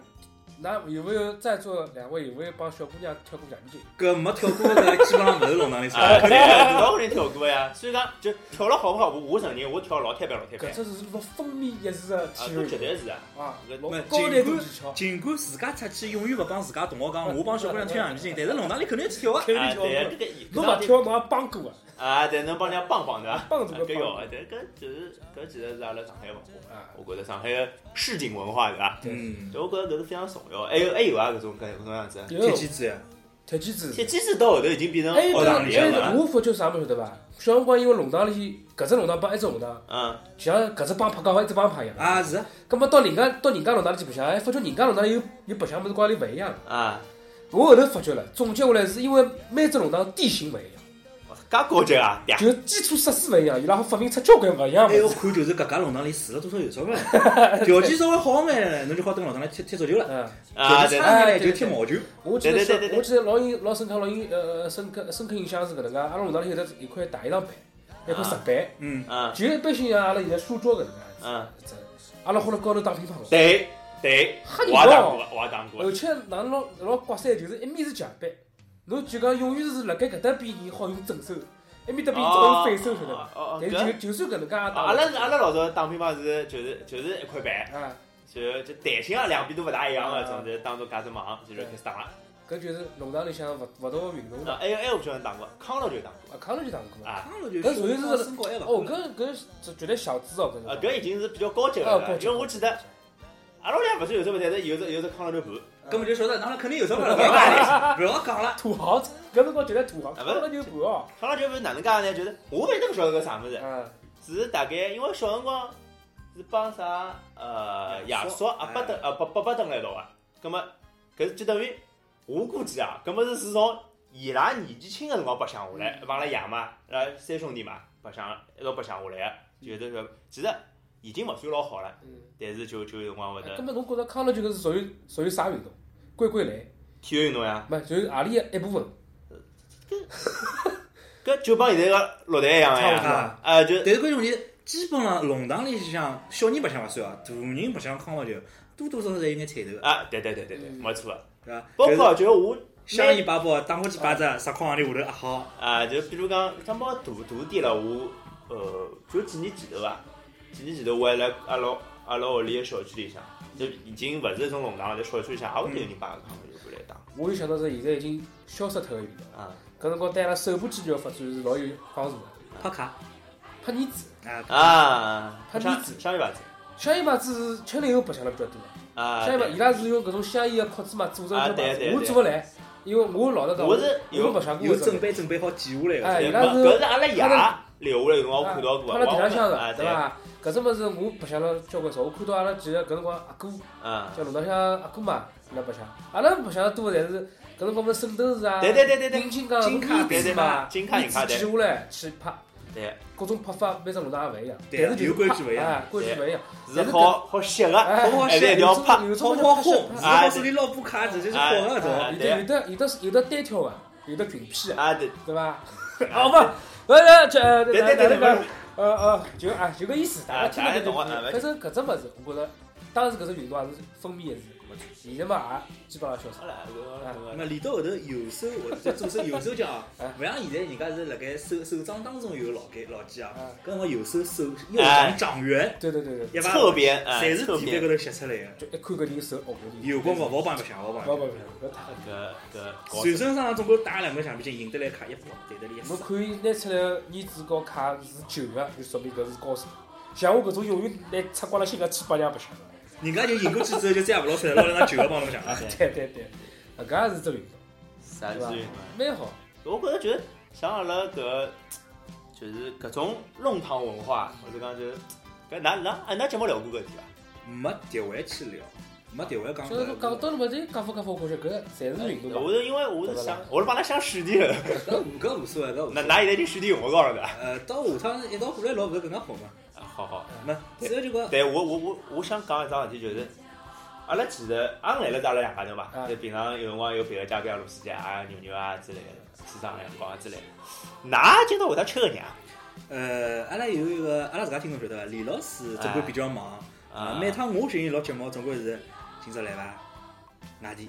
[SPEAKER 3] 那有没有在座两位有没有帮小姑娘跳过橡皮筋？
[SPEAKER 4] 搿没跳过的基本上勿是弄堂里
[SPEAKER 2] 啊，
[SPEAKER 4] 穿。
[SPEAKER 2] 对个，老多人跳过呀，所以讲就跳了好不好，我我承认我跳老太板老太板
[SPEAKER 3] 搿，只是老风靡一时的
[SPEAKER 2] 啊，
[SPEAKER 3] 体育
[SPEAKER 2] 搿绝对是啊，
[SPEAKER 3] 啊，
[SPEAKER 2] 搿
[SPEAKER 3] 老
[SPEAKER 4] 那
[SPEAKER 3] 高难度技巧，
[SPEAKER 4] 尽管自家出去永远勿帮自家同学讲，我帮小姑娘跳橡皮筋，但是弄堂里肯定要去跳啊。
[SPEAKER 3] 肯
[SPEAKER 2] 啊，对个，
[SPEAKER 3] 定跳过。
[SPEAKER 2] 这个
[SPEAKER 3] 侬勿跳，侬也帮过啊！
[SPEAKER 2] 啊，对，能帮人家帮帮对伐？
[SPEAKER 3] 帮助个
[SPEAKER 2] 搿
[SPEAKER 3] 帮
[SPEAKER 2] 有
[SPEAKER 3] 助
[SPEAKER 2] 啊，对，搿就是搿其实是阿拉上海文化。
[SPEAKER 3] 啊！
[SPEAKER 2] 我觉得上海的市井文化对啊伐？
[SPEAKER 4] 嗯，
[SPEAKER 2] 就我觉得搿是非常重要。还有还有啊，搿种搿搿种样子。
[SPEAKER 3] 有
[SPEAKER 4] 踢毽子呀，
[SPEAKER 3] 踢毽子，哎
[SPEAKER 2] 铁鸡子到后头已经变成
[SPEAKER 3] 还有
[SPEAKER 2] 学
[SPEAKER 3] 个，
[SPEAKER 2] 堂
[SPEAKER 3] 还
[SPEAKER 2] 哦里啊
[SPEAKER 3] 有
[SPEAKER 2] 了
[SPEAKER 3] 个，
[SPEAKER 2] 嘛。
[SPEAKER 3] 我发觉啥物事对伐？小辰光因为弄堂里搿只弄堂帮一只弄堂，
[SPEAKER 2] 嗯，
[SPEAKER 3] 就像搿只帮拍搞一只帮拍一样。
[SPEAKER 4] 啊是啊，
[SPEAKER 3] 葛末到人家到人家弄堂里去白相，哎，发觉人家弄堂里有有白相物事跟阿里勿一样。
[SPEAKER 2] 啊，
[SPEAKER 3] 我后头发觉了，总结下来是因为每只弄堂地形勿一样，
[SPEAKER 2] 哇介高级啊！嗲
[SPEAKER 3] 就是基础设施勿一样，伊拉好发明出交关勿一样
[SPEAKER 4] 还要
[SPEAKER 3] 的。
[SPEAKER 4] 哎看就是搿家弄堂里住了多少有钞票，条件稍微好眼，侬就好蹲弄堂里踢踢足球了。
[SPEAKER 3] 嗯，
[SPEAKER 2] 啊，
[SPEAKER 4] 条件
[SPEAKER 2] 对
[SPEAKER 4] 差眼
[SPEAKER 3] 哎
[SPEAKER 4] 呢就踢毛球。
[SPEAKER 3] 我记得是
[SPEAKER 2] 对对对对，对
[SPEAKER 3] 我记得老印老深刻老印呃深刻深刻印象是搿能介，阿拉弄堂里有得一块大一张板，一块石板，
[SPEAKER 4] 嗯，
[SPEAKER 2] 嗯
[SPEAKER 3] 就一般性啊像阿拉现在书桌搿能介，
[SPEAKER 2] 嗯，
[SPEAKER 3] 这阿拉好辣高头打乒乓球。
[SPEAKER 2] 对对
[SPEAKER 3] 吓，人
[SPEAKER 2] 我也
[SPEAKER 3] 哦
[SPEAKER 2] 打过，我也打
[SPEAKER 3] 而
[SPEAKER 2] 过。
[SPEAKER 3] 且哪能老老刮塞，就是一面是墙壁，侬就讲永远是辣盖搿搭边人好用正手，一面搭边只好用反手，晓得伐？
[SPEAKER 2] 哦哦，
[SPEAKER 3] 但
[SPEAKER 2] 搿
[SPEAKER 3] 是就就算搿能介
[SPEAKER 2] 啊
[SPEAKER 3] 打，
[SPEAKER 2] 阿拉是阿拉老早打乒乓是就是就是一块板，
[SPEAKER 3] 啊，
[SPEAKER 2] 就就弹性啊两边都勿大一样
[SPEAKER 3] 啊
[SPEAKER 2] 个，总之当做架子网，就是开始打。啊，
[SPEAKER 3] 搿就是弄堂里向勿勿同个运动嘛。
[SPEAKER 2] 还有还有哎我不晓得打过，康乐就打过
[SPEAKER 3] 啊，康乐就打过嘛。
[SPEAKER 2] 啊。
[SPEAKER 4] 当然就
[SPEAKER 3] 搿属于是
[SPEAKER 4] 身高还
[SPEAKER 3] 哦
[SPEAKER 4] 勿，高。
[SPEAKER 3] 搿搿是绝对小资哦，搿
[SPEAKER 2] 啊，
[SPEAKER 3] 是。
[SPEAKER 2] 搿已经是比较高级
[SPEAKER 3] 啊
[SPEAKER 2] 了
[SPEAKER 3] 高
[SPEAKER 2] 啦，
[SPEAKER 3] 级
[SPEAKER 2] 因为我记得阿拉屋里向勿是有只物事，但是有只有只康乐牛盘。
[SPEAKER 4] 根本就晓得，当然肯定有钞票了，勿要讲了，
[SPEAKER 3] 嗯
[SPEAKER 4] [LAUGHS] 勿要讲了。
[SPEAKER 3] 土豪，搿辰光绝对土豪，
[SPEAKER 2] 啊
[SPEAKER 3] 康
[SPEAKER 2] 勿是
[SPEAKER 3] 乐牛盘哦。
[SPEAKER 2] 康乐球是哪能介呢？就是我一定勿晓得搿啥物事，
[SPEAKER 3] 啊，
[SPEAKER 2] 只是大概因为小辰光是帮啥呃
[SPEAKER 4] 亚
[SPEAKER 2] 亚
[SPEAKER 4] 叔
[SPEAKER 2] 叔阿伯登呃伯伯伯登辣一道啊，葛末搿就等于我估计啊，葛末是自从伊拉年纪轻个辰光白相呃下来，帮阿拉爷嘛，阿拉三兄弟嘛白相一道白相下来个，就是说其实已经勿算老好了，
[SPEAKER 3] 嗯，
[SPEAKER 2] 但是就就有辰光会
[SPEAKER 3] 哎
[SPEAKER 2] 得
[SPEAKER 3] 那么侬觉着康乐球搿是属于属于啥运动？龟龟类，
[SPEAKER 2] 体育运动呀，
[SPEAKER 3] 没就是阿里的一部分。
[SPEAKER 2] 搿就帮现在个落蛋一样
[SPEAKER 3] 差
[SPEAKER 2] 个
[SPEAKER 4] 嗯
[SPEAKER 3] 不多
[SPEAKER 2] 呀，啊就
[SPEAKER 4] 但是关键问题，基本上弄堂里向小人白相勿算啊，大人白相康乐球，多多少少侪有眼彩头的，
[SPEAKER 2] 啊对对对对对，
[SPEAKER 3] 嗯
[SPEAKER 2] 没错个，包
[SPEAKER 4] 对伐？就是
[SPEAKER 2] 括就是我
[SPEAKER 4] 香烟八包，打火机八只，石矿行里下头也好，
[SPEAKER 2] 啊，就比如讲，讲帮大大点了，我呃，就几年前头伐，几年前头我还来阿拉阿拉屋里个小区里向，就已经勿是一种弄堂了，在小区里向也会得有人摆个康乐球过来打
[SPEAKER 3] 我就想到是现在已经消失脱个运动，
[SPEAKER 2] 啊
[SPEAKER 3] 搿辰光对阿拉手部肌肉发展是老有帮助的。
[SPEAKER 4] 拍卡
[SPEAKER 3] 拍腻子，
[SPEAKER 4] 啊，
[SPEAKER 2] 啊，
[SPEAKER 3] 拍
[SPEAKER 2] 商
[SPEAKER 3] 面子
[SPEAKER 2] 商业牌子
[SPEAKER 3] 香烟牌子是七零后白相了比较多，
[SPEAKER 2] 啊，
[SPEAKER 3] 香烟牌伊
[SPEAKER 2] 对
[SPEAKER 3] 拉是用搿种香烟个壳子嘛做成一
[SPEAKER 2] 啊
[SPEAKER 3] 个
[SPEAKER 2] 对
[SPEAKER 3] 牌
[SPEAKER 2] 对
[SPEAKER 3] 子，我
[SPEAKER 2] 对
[SPEAKER 3] 做勿来，因为我老实讲，
[SPEAKER 2] 我是
[SPEAKER 3] 我
[SPEAKER 2] 有
[SPEAKER 3] 白相过
[SPEAKER 4] 有
[SPEAKER 3] 搿
[SPEAKER 4] 准
[SPEAKER 3] 种。
[SPEAKER 4] 备准备好记下来
[SPEAKER 2] 对
[SPEAKER 3] 哎
[SPEAKER 4] 的，
[SPEAKER 3] 伊
[SPEAKER 2] 搿
[SPEAKER 3] 拉是
[SPEAKER 2] 搿是阿拉爷
[SPEAKER 3] 他们
[SPEAKER 2] 留下来，有辰光我看到过，
[SPEAKER 3] 放到
[SPEAKER 2] 我
[SPEAKER 3] 地
[SPEAKER 2] 也
[SPEAKER 3] 浪
[SPEAKER 2] 啊
[SPEAKER 3] 向的，
[SPEAKER 2] 对
[SPEAKER 3] 对伐？搿只物事我白相了交关少，我看到阿拉几个搿辰光阿哥，
[SPEAKER 2] 啊，
[SPEAKER 3] 叫弄堂向阿哥嘛，伊拉白相，阿拉白相得多的侪是搿辰光么圣斗士啊，
[SPEAKER 2] 对对对对对
[SPEAKER 3] 顶金刚、
[SPEAKER 4] 金卡
[SPEAKER 3] 对
[SPEAKER 2] 对对
[SPEAKER 3] 嘛，
[SPEAKER 2] 对金卡银卡
[SPEAKER 3] 一起
[SPEAKER 2] 对
[SPEAKER 3] 取下来去拍，
[SPEAKER 2] 对，
[SPEAKER 3] 各种拍法每只弄堂也勿一样，
[SPEAKER 4] 对啊
[SPEAKER 3] 但是
[SPEAKER 4] 有规矩
[SPEAKER 3] 勿
[SPEAKER 4] 勿一样
[SPEAKER 3] 规矩勿一样，
[SPEAKER 2] 是好好吸个，
[SPEAKER 3] 哎
[SPEAKER 4] 好好
[SPEAKER 2] 哎
[SPEAKER 4] 吸
[SPEAKER 2] 对，一定要
[SPEAKER 3] 有
[SPEAKER 2] 拍
[SPEAKER 3] 种有
[SPEAKER 4] 好
[SPEAKER 3] 种
[SPEAKER 4] 好
[SPEAKER 3] 拍
[SPEAKER 4] 轰，
[SPEAKER 3] 拍
[SPEAKER 4] 是
[SPEAKER 2] 啊
[SPEAKER 4] 往手里捞布卡子，就是
[SPEAKER 2] 啊
[SPEAKER 4] 混合
[SPEAKER 2] 啊
[SPEAKER 4] 种。
[SPEAKER 3] 有的有的有的有的单挑个，有的群批个，
[SPEAKER 2] 啊对，
[SPEAKER 3] 对伐？哦不，呃呃这呃
[SPEAKER 2] 对对对
[SPEAKER 3] 哪
[SPEAKER 2] 对
[SPEAKER 3] 哪哪
[SPEAKER 2] 对
[SPEAKER 3] 呃呃，就啊就搿意思，大
[SPEAKER 2] 啊
[SPEAKER 3] 家听得
[SPEAKER 2] 大家懂啊啊
[SPEAKER 3] 反正搿只物事，我觉着当时搿只运动也是风靡一时，现在嘛也基本上消失
[SPEAKER 2] 好。了，搿
[SPEAKER 4] 那
[SPEAKER 2] 个
[SPEAKER 4] 么练到后头右手或者左手右手脚啊，勿像现在人家是辣盖手手掌当中有老盖老茧啊，搿辰光右手手右掌掌缘
[SPEAKER 3] 对对对对，
[SPEAKER 4] 一
[SPEAKER 2] 侧边，哎
[SPEAKER 4] 侪是
[SPEAKER 2] 侧
[SPEAKER 4] 地板高
[SPEAKER 2] 边，
[SPEAKER 4] 头吸出来的。
[SPEAKER 3] 就一看搿人手学过的。
[SPEAKER 4] 有光勿好帮白相，勿好
[SPEAKER 3] 不
[SPEAKER 4] 帮
[SPEAKER 3] 不
[SPEAKER 4] 白
[SPEAKER 3] 不，搿太
[SPEAKER 2] 搿搿搞
[SPEAKER 4] 相。全身上总共打两个橡皮筋，赢得来卡一包，对得来一
[SPEAKER 3] 侬
[SPEAKER 4] 撕。
[SPEAKER 3] 可以拿出来椅子和卡是旧个，就说明搿是高手。像我搿种永远拿擦光了心个去白相白相。
[SPEAKER 4] 人家就赢过去之后就再也勿老出来，老让旧个帮侬相了。
[SPEAKER 3] 对对对，搿也是只运动，
[SPEAKER 2] 啥
[SPEAKER 3] 对
[SPEAKER 2] 子
[SPEAKER 3] 伐
[SPEAKER 2] 运动？？
[SPEAKER 3] 蛮好。
[SPEAKER 2] 我觉着就是像阿拉搿个，就是搿种弄堂文化，或者讲就是搿哪哪哎，㑚节目聊过搿事体伐？
[SPEAKER 4] 没迭回去聊，没迭回讲呃
[SPEAKER 3] 就是
[SPEAKER 4] 搿
[SPEAKER 3] 说讲
[SPEAKER 4] 个。
[SPEAKER 3] 到了嘛，就讲法讲法，我觉着搿侪是运动嘛
[SPEAKER 2] 我。是因为我是想，我是帮㑚想选题的。
[SPEAKER 4] 搿无搿无所谓，搿无所
[SPEAKER 2] 那㑚现
[SPEAKER 4] 谓。
[SPEAKER 2] 在已经选题用勿到了的。
[SPEAKER 4] 呃，到下趟一道过来聊，勿是更加好嘛？
[SPEAKER 2] 啊好好，
[SPEAKER 4] 没，主要就讲
[SPEAKER 2] 但我我我我想讲一桩事体，就是阿拉其实也来了是阿拉两家头嘛，
[SPEAKER 3] 啊
[SPEAKER 2] 就平常有辰光有别个嘉宾啊、录师姐啊、牛牛啊之类的，市长阳光啊之类的。㑚今朝会得吃个娘
[SPEAKER 4] 呃，阿拉有一个阿拉自家听众晓得伐？李老师总归比较忙，
[SPEAKER 2] 啊？
[SPEAKER 4] 每趟我寻伊录节目，总归是今朝来伐，外地，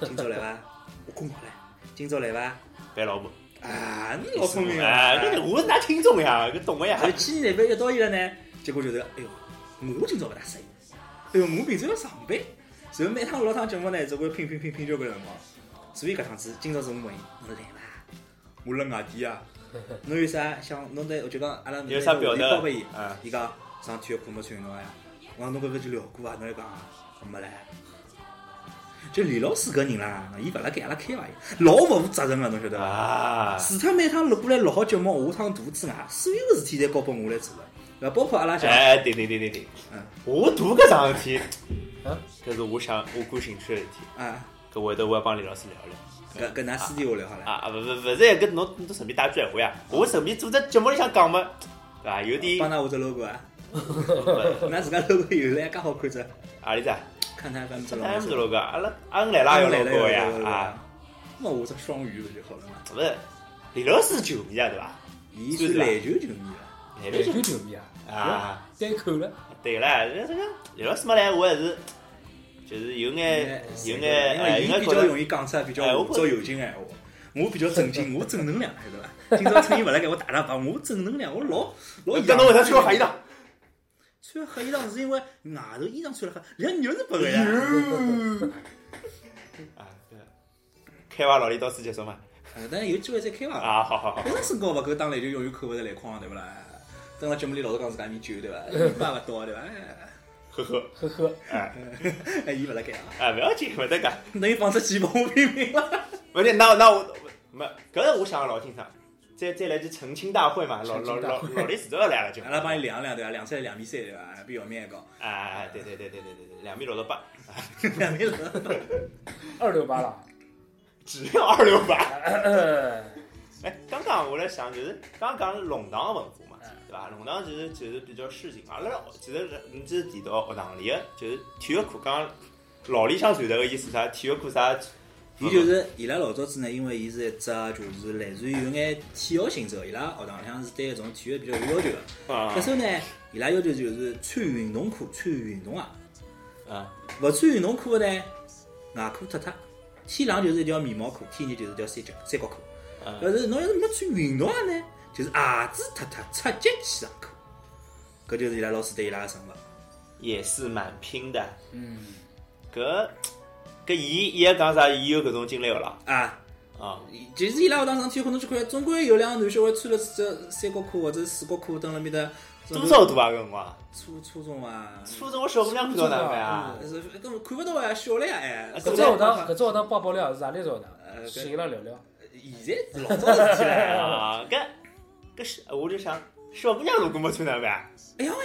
[SPEAKER 4] 今朝来伐，我困觉了，今朝来伐，
[SPEAKER 2] 陪老婆。
[SPEAKER 4] 啊，你 [LAUGHS] 老哎聪明
[SPEAKER 2] 哎，
[SPEAKER 4] 啊！
[SPEAKER 2] 搿是我是㑚听众呀，搿懂个呀。
[SPEAKER 4] 后去年那边一到伊了呢，结果就是，哎哟，我今朝勿大适应，哎哟，我明朝要上班，然后每趟老趟节目呢，只会拼拼拼拼交关辰光，所以搿趟子今朝是我问伊，侬来伐？我辣外地啊，侬有啥想侬对我就讲阿拉
[SPEAKER 2] 有啥表达
[SPEAKER 4] 交拨伊
[SPEAKER 2] 啊，
[SPEAKER 4] 伊讲上体育课没穿运动鞋呀，我讲侬搿勿就聊过啊，侬还讲啊没唻。就李老师搿人啦，伊勿辣盖阿拉开发，老勿负责任个，侬晓得伐？
[SPEAKER 2] [LAUGHS] 啊，
[SPEAKER 4] 除脱每趟录过来录好节目，下趟大之外，所有个事体侪交拨我来做了，对伐？包括阿拉像
[SPEAKER 2] 哎，对对对对对
[SPEAKER 4] 啊嗯，
[SPEAKER 2] 我读搿桩事体，
[SPEAKER 3] 啊
[SPEAKER 2] 搿是我想我感兴趣的事体，
[SPEAKER 4] 啊，
[SPEAKER 2] 搿回头我要帮李老师聊聊。
[SPEAKER 4] 搿搿㑚私底下聊好了。
[SPEAKER 2] 啊啊，勿勿勿是，搿侬侬顺便打句闲话呀，我顺便做只节目里向讲嘛，对伐？有
[SPEAKER 4] 帮
[SPEAKER 2] 点
[SPEAKER 4] 㑚画只 logo 啊，
[SPEAKER 2] 勿
[SPEAKER 4] 㑚自家 logo 有了，介好看只，
[SPEAKER 2] 阿里只，
[SPEAKER 4] 看他 FM 只
[SPEAKER 2] 那 M 是
[SPEAKER 4] logo。
[SPEAKER 2] logo，阿拉阿恩来哎啦有
[SPEAKER 4] 哎来了
[SPEAKER 2] logo 呀
[SPEAKER 4] 有 logo
[SPEAKER 2] 啊，，
[SPEAKER 4] 那么画只双鱼勿就好了嘛？
[SPEAKER 2] 勿是李老师球迷啊，对伐？
[SPEAKER 4] 伊是篮球球迷了，
[SPEAKER 2] 台
[SPEAKER 3] 篮
[SPEAKER 2] 北球
[SPEAKER 3] 球球迷啊，
[SPEAKER 2] 啊，
[SPEAKER 3] 单口了，
[SPEAKER 2] 对个啦，这个李老师没来，我还是就是有眼哎有
[SPEAKER 4] 因
[SPEAKER 2] 眼哎，
[SPEAKER 4] 为
[SPEAKER 2] 有
[SPEAKER 4] 伊
[SPEAKER 2] 眼
[SPEAKER 4] 比
[SPEAKER 2] 觉
[SPEAKER 4] 较
[SPEAKER 2] 得
[SPEAKER 4] 容易讲出来比较
[SPEAKER 2] 哎我
[SPEAKER 4] 有造有劲个闲话。我比较正经，我正能量，晓得伐？今朝趁伊勿辣盖，我打打棒，我正能量，我老老
[SPEAKER 2] 搿侬会得穿黑衣裳。
[SPEAKER 4] 穿黑衣裳是因为外头衣裳穿了黑，人家肉是白个呀。
[SPEAKER 2] 哟，啊，对开挖老李到此结束嘛？
[SPEAKER 4] 呃但有机会再开伐？
[SPEAKER 2] 啊，好好好
[SPEAKER 4] 反，正身高勿够，打篮球永远扣勿着篮筐，对勿啦？等到节目里老是讲自家哎米酒，对伐？一百勿到，对伐？
[SPEAKER 2] 呵呵，
[SPEAKER 3] 呵呵。
[SPEAKER 2] 哎
[SPEAKER 4] 哎，伊勿辣盖啊，
[SPEAKER 2] 哎，勿要紧，勿得讲，
[SPEAKER 4] 等于放出去帮我拼命了。
[SPEAKER 2] 勿是，那那我没，搿个我想老清爽，再再来句澄清大会嘛，老老老老李迟早要来了就。
[SPEAKER 4] 阿拉帮伊量量，对伐？量出来两米三，对伐？比姚明还高， [LAUGHS]
[SPEAKER 2] 哎，对对对对对对对，两米六十八，
[SPEAKER 4] 两米了。
[SPEAKER 3] 二六八了。
[SPEAKER 2] 只要二六八。
[SPEAKER 3] 呃
[SPEAKER 2] 哎，刚刚我来想，就是刚刚讲弄堂文化嘛
[SPEAKER 3] 嗯，
[SPEAKER 2] 对伐？弄堂其实其实比较市井，阿拉其实你只提到学堂里个，就是体育课，刚刚老里向传达个意思啥？体育课啥？
[SPEAKER 4] 伊就是伊拉老早子呢，因为伊是一只就是类似于有眼体育性质的，伊拉学堂里向是对搿种体育比较有要求的。
[SPEAKER 3] 嗯
[SPEAKER 2] 啊
[SPEAKER 4] 搿时候呢，伊拉要求就是穿运动裤、穿运动鞋、
[SPEAKER 2] 啊
[SPEAKER 4] 勿穿运动裤的呢，外裤脱脱，天冷就是一条棉毛裤，天热就是一条三角三角裤。
[SPEAKER 2] 啊！
[SPEAKER 4] 要是侬要是没穿运动鞋呢，就是鞋子脱脱，赤脚去上课。搿就是伊拉老师对伊拉个惩罚。
[SPEAKER 2] 也是蛮拼的。
[SPEAKER 3] 嗯，
[SPEAKER 2] 搿搿伊伊也讲啥？伊有搿种经历个啦
[SPEAKER 4] 啊，
[SPEAKER 2] 啊
[SPEAKER 4] 其实伊拉学堂上体育课，侬去看，总归有两个男小孩穿了只三角裤或者四角裤蹲辣面搭。
[SPEAKER 2] 多少大啊搿辰光？
[SPEAKER 4] 初初中啊，
[SPEAKER 2] 初中我小姑娘看到哪能啊？
[SPEAKER 4] 呃是根本看不到呀，小了呀，哎。
[SPEAKER 2] 搿
[SPEAKER 3] 搿只学堂搿只学堂爆爆料是何里只学堂
[SPEAKER 4] 呃？搿
[SPEAKER 3] 请伊拉聊聊。
[SPEAKER 4] 现在是老早事体了。
[SPEAKER 3] 嗯
[SPEAKER 2] 啊，搿搿是我就想，小姑娘如果没啊穿哪能办？
[SPEAKER 4] 哎呀呀，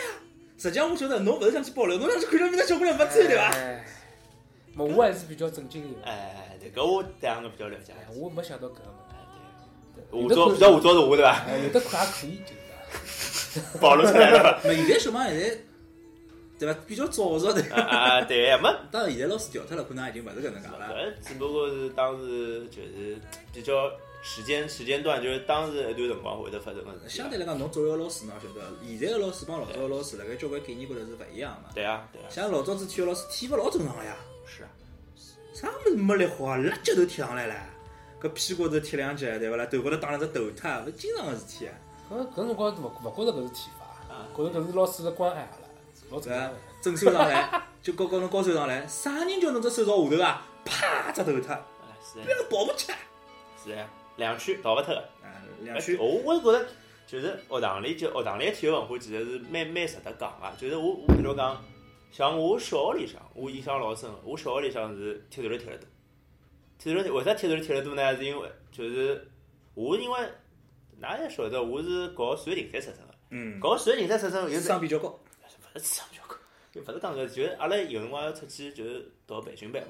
[SPEAKER 4] 实际上我觉得侬勿是想去保留，侬想去看到面搭小姑娘勿穿对伐？
[SPEAKER 3] 哎？没我还是比较正经的，
[SPEAKER 2] 哎，对搿我对阿拉比较了解。
[SPEAKER 3] 哎我没想到搿个嘛。
[SPEAKER 2] 我照比较我照是我对伐？
[SPEAKER 3] 哎有的看也可以，就是。
[SPEAKER 2] [LAUGHS] 暴露出来了。
[SPEAKER 4] 没，现在小朋友现在对伐比较早熟
[SPEAKER 2] 啊
[SPEAKER 4] 的， [LAUGHS]
[SPEAKER 2] 啊，对，没
[SPEAKER 4] 当然现在老师调脱了，可能已经勿是搿能介了。
[SPEAKER 2] 搿只不过是当时就是比较时间时间段，就是当时一段辰光会得发生个事啊
[SPEAKER 4] 相
[SPEAKER 2] 体啦。
[SPEAKER 4] 对来讲，侬作为个老师，侬也晓得，现在个老师帮老早个老师辣盖交关概念高头是勿一样个嘛。
[SPEAKER 2] 对啊，对啊，
[SPEAKER 4] 像老早子体育老师体罚老正常个呀，
[SPEAKER 2] 是啊，
[SPEAKER 4] 啥物事没力好，辣脚头踢上来了，搿屁股头踢两脚对伐啦？头高头打两只头塌，勿经常个事体啊。
[SPEAKER 3] 搿搿辰光勿勿觉着搿是体
[SPEAKER 2] 啊
[SPEAKER 3] 罚，觉着搿是老师的关爱阿拉，老
[SPEAKER 4] 是
[SPEAKER 3] 正
[SPEAKER 4] 吧
[SPEAKER 3] 常的。？
[SPEAKER 4] 正手上来就高高侬高手上来，啥人叫侬只手朝下头啊？啪，只头脱，
[SPEAKER 2] 哎是啊
[SPEAKER 4] 不要跑不起来。
[SPEAKER 2] 是啊，两区逃勿脱个。
[SPEAKER 4] 啊，两圈
[SPEAKER 2] 哎我我觉着就是学堂里就学堂里的体育文化其实是蛮蛮值得讲个。就是我我比如讲，像我小学里向，我印象老深个，我小学里向是踢足球踢得多。踢足球为啥踢足球踢得多呢？是因为就是我因为哪也晓得我是搞数学竞赛出身个，
[SPEAKER 4] 嗯，
[SPEAKER 2] 搞数学竞赛出身有
[SPEAKER 4] 伤比较高。
[SPEAKER 2] 勿是智商比较高，就勿是讲搿，就是阿拉有辰光要出去就是读培训班嘛。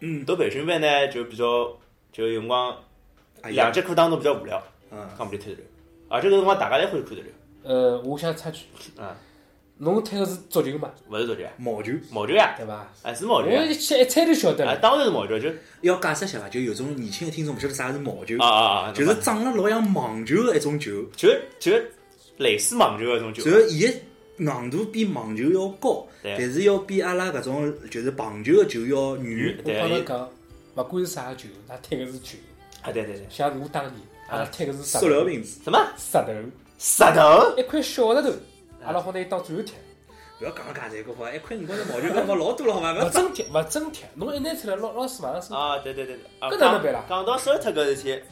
[SPEAKER 4] 嗯，
[SPEAKER 2] 读培训班呢就比较就有辰光
[SPEAKER 4] 哎呀
[SPEAKER 2] 两节课当中比较无聊，
[SPEAKER 4] 嗯，
[SPEAKER 2] 讲勿就踢足球，而且搿辰光大家侪欢喜看足球。
[SPEAKER 3] 呃，我想插句，
[SPEAKER 2] 啊，
[SPEAKER 3] 侬踢的是足球嘛，
[SPEAKER 2] 勿是足球，
[SPEAKER 4] 毛球
[SPEAKER 2] 毛球呀，
[SPEAKER 3] 对伐？
[SPEAKER 2] 哎是毛
[SPEAKER 3] 我
[SPEAKER 2] 球呀，
[SPEAKER 3] 一猜一猜就晓得
[SPEAKER 2] 啊
[SPEAKER 3] 了。
[SPEAKER 2] 当然是毛球，就
[SPEAKER 4] 要解释一下伐？就有种年轻的听众勿晓得啥是毛球
[SPEAKER 2] 啊，啊啊，
[SPEAKER 4] 就是长了老像网球的一种球，
[SPEAKER 2] 就就类似网球搿种球
[SPEAKER 4] 然，后伊的硬度比网球要高，
[SPEAKER 2] 对
[SPEAKER 4] 但是要比阿拉搿种就是棒球的球要
[SPEAKER 2] 软
[SPEAKER 4] 软。
[SPEAKER 3] 我
[SPEAKER 2] 对啊
[SPEAKER 3] 帮侬
[SPEAKER 2] 伊
[SPEAKER 3] 讲，勿管是啥球，㑚踢的是球，
[SPEAKER 2] 啊对对对，
[SPEAKER 3] 像我当年，
[SPEAKER 2] 啊
[SPEAKER 3] 阿拉踢的是石
[SPEAKER 4] 塑料
[SPEAKER 3] 头，
[SPEAKER 4] 瓶子，
[SPEAKER 2] 什么
[SPEAKER 3] 石头，
[SPEAKER 2] 石头？
[SPEAKER 3] 一块小石头，
[SPEAKER 2] 啊
[SPEAKER 3] 阿拉好拿伊当篮球踢，
[SPEAKER 4] 勿要讲了介侪个好伐？一块五角的毛球搿辰光老多了好伐？勿
[SPEAKER 3] 勿
[SPEAKER 4] 要讲
[SPEAKER 3] 真踢，勿真踢，侬一拿出来，老老师马上生
[SPEAKER 2] 啊对对对对，啊
[SPEAKER 3] 搿哪能办啦
[SPEAKER 2] 讲讲到手脱搿事体，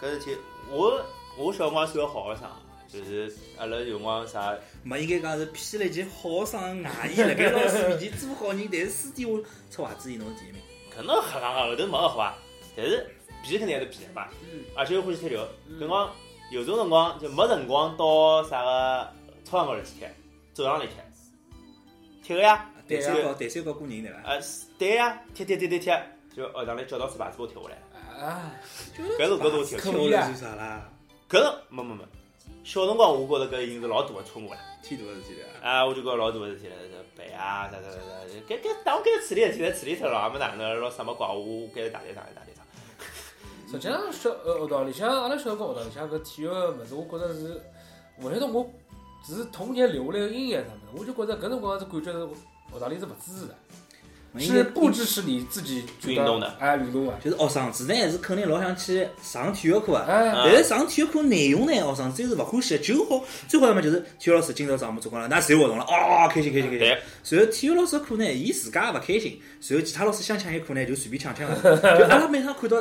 [SPEAKER 2] 搿事体我我小辰光是个好学生，就是阿拉有辰光啥
[SPEAKER 4] 没应该讲是披了一件好生的外衣，辣盖老师面前做好人，但是私底下出鞋子伊侬是第一名。
[SPEAKER 2] 可能瞎讲讲后头没个好伐，但是皮肯定还是皮的嘛，而且又欢喜踢球，搿辰光有种辰光就没辰光到啥个操场高头去踢，走廊里踢，踢个呀，
[SPEAKER 4] 对
[SPEAKER 2] 是
[SPEAKER 4] 三角，对三角过人对伐？
[SPEAKER 2] 啊对呀，踢踢踢踢踢，就学堂里教导处把子给我踢下来，
[SPEAKER 3] 啊，
[SPEAKER 2] 搿是搿是我踢
[SPEAKER 4] 踢
[SPEAKER 2] 的
[SPEAKER 4] 下
[SPEAKER 2] 球，
[SPEAKER 3] 可以啊
[SPEAKER 4] 来算啥啦？
[SPEAKER 2] 搿是没没没，小辰光我觉着搿已经是老大个错误了。
[SPEAKER 4] 天大的事体对伐？
[SPEAKER 2] 啊，我就觉着老大个事体了，这背啊，啥啥啥啥，搿搿当我搿处理事体来处理脱了，也没哪能，老啥没怪我，我该打队长，打队长。
[SPEAKER 3] 实际上小呃学堂里向，阿拉小辰光学堂里向搿体育物事，我觉着是，勿晓得我是童年留下来个阴影啥物事，我就觉着搿辰光是感觉是学堂里是勿支持的，是不支持你自己觉得
[SPEAKER 2] 运动的
[SPEAKER 3] 哎，运动的，
[SPEAKER 4] 就是学生子呢是肯定老想去上体育课啊，
[SPEAKER 3] 哎，
[SPEAKER 4] 但是上体育课内容呢，学生子又是勿欢喜的，就好最好要么就是体育老师今朝上午做光了，㑚谁活动了？哦，开心开心开心。
[SPEAKER 2] 对
[SPEAKER 4] 然后体育老师课呢，伊自家也勿开心，然后其他老师想抢伊课呢，就随便抢抢了。就阿拉每趟看到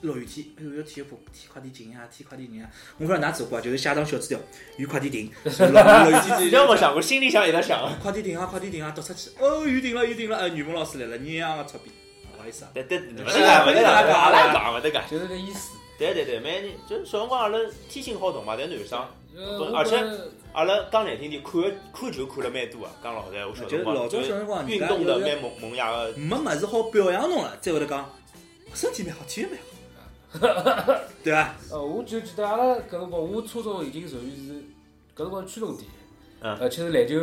[SPEAKER 4] 落雨天，哎呦，要体育课，天快点停呀，天快点停呀！我勿知道㑚做过啊，就是写张小纸条，雨快点停，然后落落雨天
[SPEAKER 2] [LAUGHS] 你真没想过，心里想也在想。
[SPEAKER 4] 快点停啊，快点停啊，读出去，哦，雨停了，雨停了，哎，语文老师来了，娘个臭逼，勿好意思啊。
[SPEAKER 2] 对对，勿得讲，勿得讲，勿得讲，勿得讲。
[SPEAKER 3] 就是搿意思。
[SPEAKER 2] 对对对，每年就是小辰光阿拉天性好动嘛，但男生，
[SPEAKER 3] 呃
[SPEAKER 2] 不
[SPEAKER 3] 我
[SPEAKER 2] 而且
[SPEAKER 3] 觉得
[SPEAKER 2] 阿拉讲难听点，看看球看了蛮多啊。讲老实闲话，我小辰光运动的蛮萌萌芽个。
[SPEAKER 4] 没么子好表扬侬了，再会得讲，身体蛮好，体育蛮好，对伐？
[SPEAKER 2] [LAUGHS]
[SPEAKER 3] 呃，我就记得阿拉搿辰光，我初中已经属于是搿辰光驱动点，
[SPEAKER 2] 嗯
[SPEAKER 3] 而且是篮球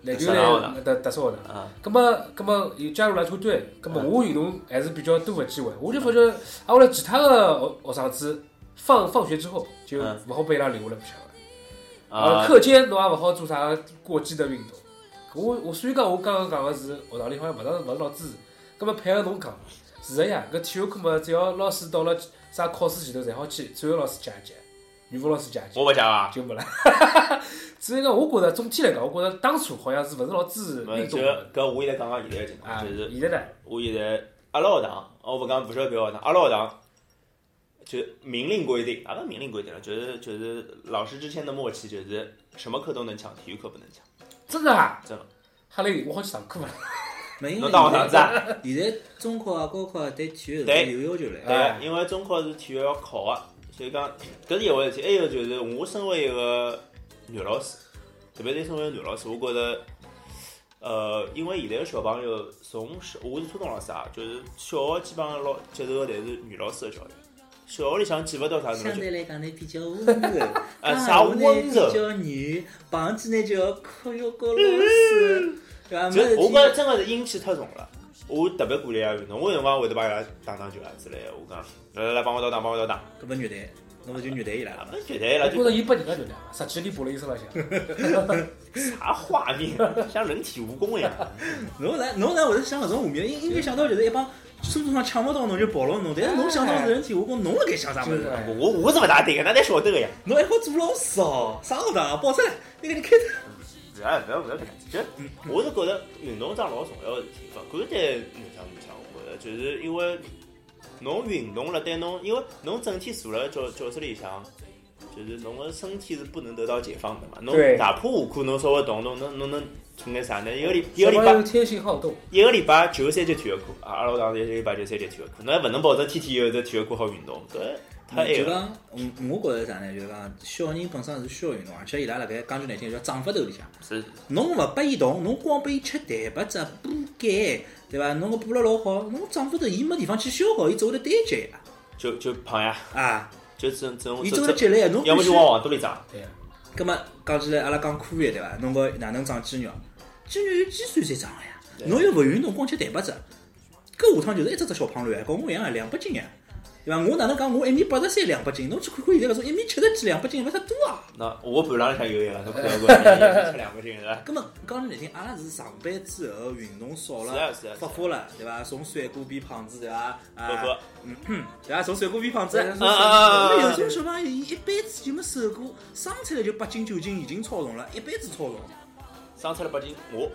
[SPEAKER 3] 篮呃球
[SPEAKER 2] 特色学
[SPEAKER 3] 队
[SPEAKER 2] 堂
[SPEAKER 3] 特特色学堂。
[SPEAKER 2] 啊，
[SPEAKER 3] 葛么，葛么又加入了车队，葛
[SPEAKER 2] 嗯
[SPEAKER 3] 么我运动还是比较多个机会。我就发觉，啊，我来其他的学学生子放放学之后就
[SPEAKER 2] 嗯
[SPEAKER 3] 勿好被伊拉留下来白相了。
[SPEAKER 2] 啊，
[SPEAKER 3] 课间侬也勿好做啥过激的运动。我我虽然讲我刚刚讲个是学堂里好像勿是勿是老支持，葛么配合侬讲，是个呀，搿体育课嘛，只要老师到了啥考试前头，侪好去体育老师解一解，语文老师解一解
[SPEAKER 2] 我。勿讲啊，
[SPEAKER 3] 就没了。 [LAUGHS] 所以讲，我觉着总体来讲，我觉着当初好像是勿是老支持
[SPEAKER 2] 没
[SPEAKER 3] 运
[SPEAKER 2] 就
[SPEAKER 3] 动
[SPEAKER 2] 搿我现在讲讲现在个情
[SPEAKER 3] 啊
[SPEAKER 2] 况，就是。
[SPEAKER 3] 现在呢，
[SPEAKER 2] 我现在阿拉学堂，我勿讲不晓得别个学堂，阿拉学堂就明令规定，哪能明令规定了？就是就是老师之间的默契，就是什么课都能抢，体育课不能抢。
[SPEAKER 3] 真的啊，
[SPEAKER 2] 真的。
[SPEAKER 3] 哈嘞，我好去上课了。
[SPEAKER 4] 没 [LAUGHS] 因为
[SPEAKER 2] 侬当学堂
[SPEAKER 4] 现
[SPEAKER 2] 子啊？
[SPEAKER 4] 在现在中考啊、高考啊对体育是
[SPEAKER 2] 对啊
[SPEAKER 4] 有要求嘞。
[SPEAKER 3] 哎
[SPEAKER 2] [LAUGHS] 对，因为中考是体育要考个，所以讲搿是一回事体。还有就是哎我身为一个女老师，特别是身为一个女老师，我觉着。呃，因为现在个小朋友从小，我是初中老师啊，就是小学基本上老接受的侪是女老师的教育，小学里向见勿到啥女老
[SPEAKER 4] 相
[SPEAKER 2] 师
[SPEAKER 4] 对来讲呢比较温柔，
[SPEAKER 2] [LAUGHS] 啊
[SPEAKER 4] 讲
[SPEAKER 2] 啥
[SPEAKER 4] 话呢
[SPEAKER 2] 温柔
[SPEAKER 4] 比较软，棒子呢就要靠要教老师，对
[SPEAKER 2] 嗯
[SPEAKER 4] 伐？没
[SPEAKER 2] 就
[SPEAKER 4] 事体
[SPEAKER 2] 我觉着真的是阴气太重了。我特别鼓励伊拉运动，我有辰光会得帮伊拉打打球啊之类的。我讲，来来来，帮我倒打，帮我倒打。
[SPEAKER 4] 搿么虐待，那么就虐待伊拉
[SPEAKER 2] 啊
[SPEAKER 4] 了，。
[SPEAKER 2] 没绝对
[SPEAKER 3] 我
[SPEAKER 2] 了，
[SPEAKER 3] 觉
[SPEAKER 2] 就
[SPEAKER 3] 着伊拨人家就那样，实际里补了一身浪向。
[SPEAKER 2] 啥画面，
[SPEAKER 4] [LAUGHS]
[SPEAKER 2] 像人体蜈蚣一样。
[SPEAKER 4] 侬哪侬哪会得想搿种画面？应应该想到就是一帮车子上抢勿到侬就跑了侬，但是侬想到是人体，我讲侬也该想啥物
[SPEAKER 3] 就
[SPEAKER 4] 事
[SPEAKER 3] 是。哎
[SPEAKER 2] 我我哎我是勿大对个，哪能晓得个呀？
[SPEAKER 4] 侬还好做老师哦，啥学堂啊？报出来，那个你开头。
[SPEAKER 2] 勿要勿要勿要搿样子。就我是觉着运动是桩老重要个事体，勿管对男生女生，我觉着就是因为侬运动了，对侬因为侬整天坐辣教教室里向。就是侬个身体是不能得到解放的嘛，侬
[SPEAKER 3] 对
[SPEAKER 2] 哪怕下课侬稍微动动，侬侬能做眼啥呢？一个礼一
[SPEAKER 3] 小
[SPEAKER 2] 个礼
[SPEAKER 3] 朋
[SPEAKER 2] 拜
[SPEAKER 3] 友天性好动，
[SPEAKER 2] 一个礼拜九十三节体育课，啊，阿拉学堂是一个礼拜九十三节体育课，侬还勿能保证天天有只体育课好运动，搿太
[SPEAKER 4] 就
[SPEAKER 2] 晚了。
[SPEAKER 4] 讲，嗯我我觉着啥呢？就是讲，小人本身是需要运动，而且伊拉辣盖讲句难听，叫长发头里向。
[SPEAKER 2] 是
[SPEAKER 4] 侬勿拨伊动，侬光拨伊吃蛋白质、补钙，对伐？侬个补了老好，侬长发头伊没地方去消耗，伊只会得单脚呀。
[SPEAKER 2] 就就胖呀，
[SPEAKER 4] 啊，
[SPEAKER 2] 就只只
[SPEAKER 4] 伊
[SPEAKER 2] 只
[SPEAKER 4] 只会得
[SPEAKER 2] 只，
[SPEAKER 4] 脚来，侬
[SPEAKER 2] 要么
[SPEAKER 4] 必须
[SPEAKER 2] 就往黄肚里长。
[SPEAKER 3] 对呀，
[SPEAKER 4] 葛末讲起来，阿拉讲科学对伐？侬讲哪能长肌肉？肌肉有肌酸才长个呀。
[SPEAKER 2] 啊
[SPEAKER 4] 侬又勿运动，光吃蛋白质，搿下趟就是一只只小胖卵啊，跟我一样啊，两百斤啊，对伐？我哪能讲我一米八十三两百斤？侬去看看现在搿种一米七十几两百斤，勿太多啊。
[SPEAKER 2] 那我盘浪里向有一个，侬看到过，吃两块钱是
[SPEAKER 4] [LAUGHS]
[SPEAKER 2] 伐？
[SPEAKER 4] 葛末讲句难听，阿拉是上班之后运动少
[SPEAKER 2] 是啊
[SPEAKER 4] 了
[SPEAKER 2] 是啊，是
[SPEAKER 4] 发
[SPEAKER 2] 啊
[SPEAKER 4] 福了，对伐？从帅哥变胖子，对伐？
[SPEAKER 2] 不
[SPEAKER 4] 啊，
[SPEAKER 2] 不，
[SPEAKER 4] 对啊伐？从帅哥变胖子。
[SPEAKER 3] 嗯
[SPEAKER 2] 嗯嗯嗯
[SPEAKER 4] 有种小朋友，伊一辈子就没瘦过，生出来就八斤九斤，已经超重了，一辈子超重。
[SPEAKER 2] 生出来八斤，我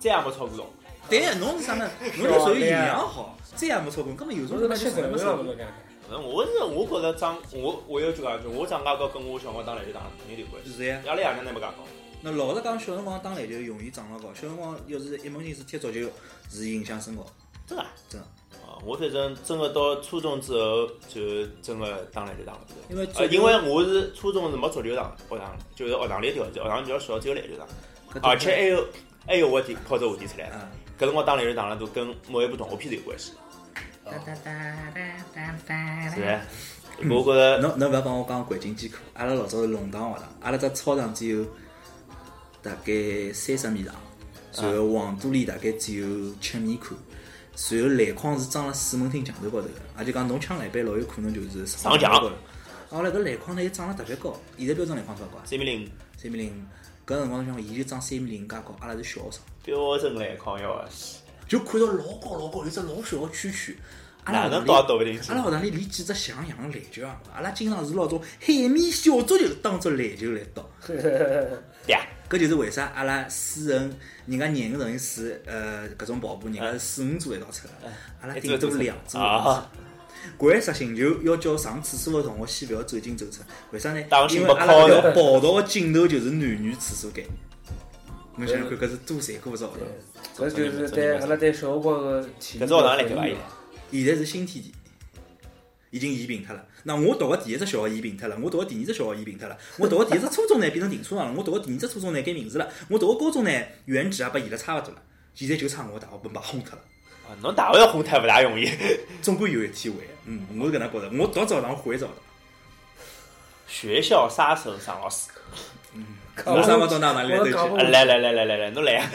[SPEAKER 2] 再也没超过重。
[SPEAKER 4] 对，侬是啥呢？侬就属于营养好，再也没超过，根本有
[SPEAKER 3] 我
[SPEAKER 4] 种
[SPEAKER 3] 是
[SPEAKER 4] 人
[SPEAKER 3] 那
[SPEAKER 4] 就
[SPEAKER 3] 吃
[SPEAKER 4] 从
[SPEAKER 3] 什
[SPEAKER 4] 来
[SPEAKER 3] 么
[SPEAKER 4] 没
[SPEAKER 3] 了？
[SPEAKER 4] 瘦
[SPEAKER 3] 我
[SPEAKER 4] 过。
[SPEAKER 3] 都讲
[SPEAKER 2] 反正我是我觉着长，我我有句讲句，我长大高跟我小辰光打篮球打得肯定有关系。
[SPEAKER 4] 是呀，
[SPEAKER 2] 阿拉爷娘那没讲过，
[SPEAKER 4] 那老实讲，小辰光打篮球容易长老高，小辰光要是一门心思踢足球，是影响身高。
[SPEAKER 2] 真的啊。
[SPEAKER 4] 真的
[SPEAKER 2] 啊，我反正真的到初中之后就真的打篮球打勿起来。
[SPEAKER 4] 因为
[SPEAKER 2] 呃，
[SPEAKER 4] 足球
[SPEAKER 2] 因为我是初中是没足球场，学堂就是学堂里条件，学堂比较小，只有篮球场，
[SPEAKER 4] 搿
[SPEAKER 2] 而啊且还有还有我提抛这话题出来，
[SPEAKER 4] 啊，
[SPEAKER 2] 搿辰光打篮球场了都跟某一部动画片是有关系，是不是？我觉着
[SPEAKER 4] 侬侬勿要帮我讲环境艰苦，阿拉老早是弄堂学堂，阿拉只操场只有大概三十米长，然后
[SPEAKER 2] 啊
[SPEAKER 4] 黄土里大概只有七米宽，然后篮筐是装辣水门厅墙头高头个，也就讲侬抢篮板老有可能就是
[SPEAKER 2] 上墙
[SPEAKER 4] 高头。后来搿篮筐呢又涨了特别高，现在标准篮筐多少高啊？
[SPEAKER 2] 三米零
[SPEAKER 4] 三米零五。搿辰光侬想，伊就涨三米零加高，阿拉是小学生，
[SPEAKER 2] 标准篮筐要啊，
[SPEAKER 4] 就看到老高老高，有只老小个蛐蛐。阿拉
[SPEAKER 2] 哪能
[SPEAKER 4] 学堂里
[SPEAKER 2] 搞都不进去
[SPEAKER 4] 阿。拉学堂里连几只像样的篮球啊，阿拉经常是拿种海绵小足球当做篮球来打。
[SPEAKER 3] 个，
[SPEAKER 2] 对啊，
[SPEAKER 4] 搿就是为啥阿拉四人，人家廿个人四，呃，搿种跑步，人家是四五组一道出
[SPEAKER 2] 哎
[SPEAKER 4] 的，阿拉顶多两组。
[SPEAKER 2] 啊，
[SPEAKER 4] 掼实行球要叫上厕所的同学先勿要走进走出，为啥呢
[SPEAKER 2] 当？心
[SPEAKER 4] 因为
[SPEAKER 2] 被
[SPEAKER 4] 阿拉
[SPEAKER 2] 敲
[SPEAKER 4] 搿条
[SPEAKER 2] 的
[SPEAKER 4] 跑道的尽头就是男女厕所间。侬想想看，搿是多残酷个学堂！
[SPEAKER 3] 搿就是对阿拉对小辰光个体育
[SPEAKER 2] 搿
[SPEAKER 3] 的
[SPEAKER 2] 是学堂篮
[SPEAKER 3] 回
[SPEAKER 2] 球
[SPEAKER 3] 忆
[SPEAKER 2] 啊，
[SPEAKER 3] 了
[SPEAKER 4] 现在是新天地，已经移平脱了。那我读个第一只小学移平脱了，我读个第二只小学移平脱了，我读个第一只初中呢变成停车场了，我读个第二只初中呢改名字了，我读个高中呢原址也被移了差勿多了。现在就差我大学本把轰脱了，
[SPEAKER 2] 啊侬大学要红太勿大容易，
[SPEAKER 4] 总归有一天会。嗯，我是搿能觉着，我读早堂回早堂。
[SPEAKER 2] 学校杀手张老师，
[SPEAKER 4] 嗯，我啥么到哪哪里来
[SPEAKER 3] 我
[SPEAKER 4] 都去
[SPEAKER 3] 讲，不
[SPEAKER 2] 啊，来来来来来来，侬来啊！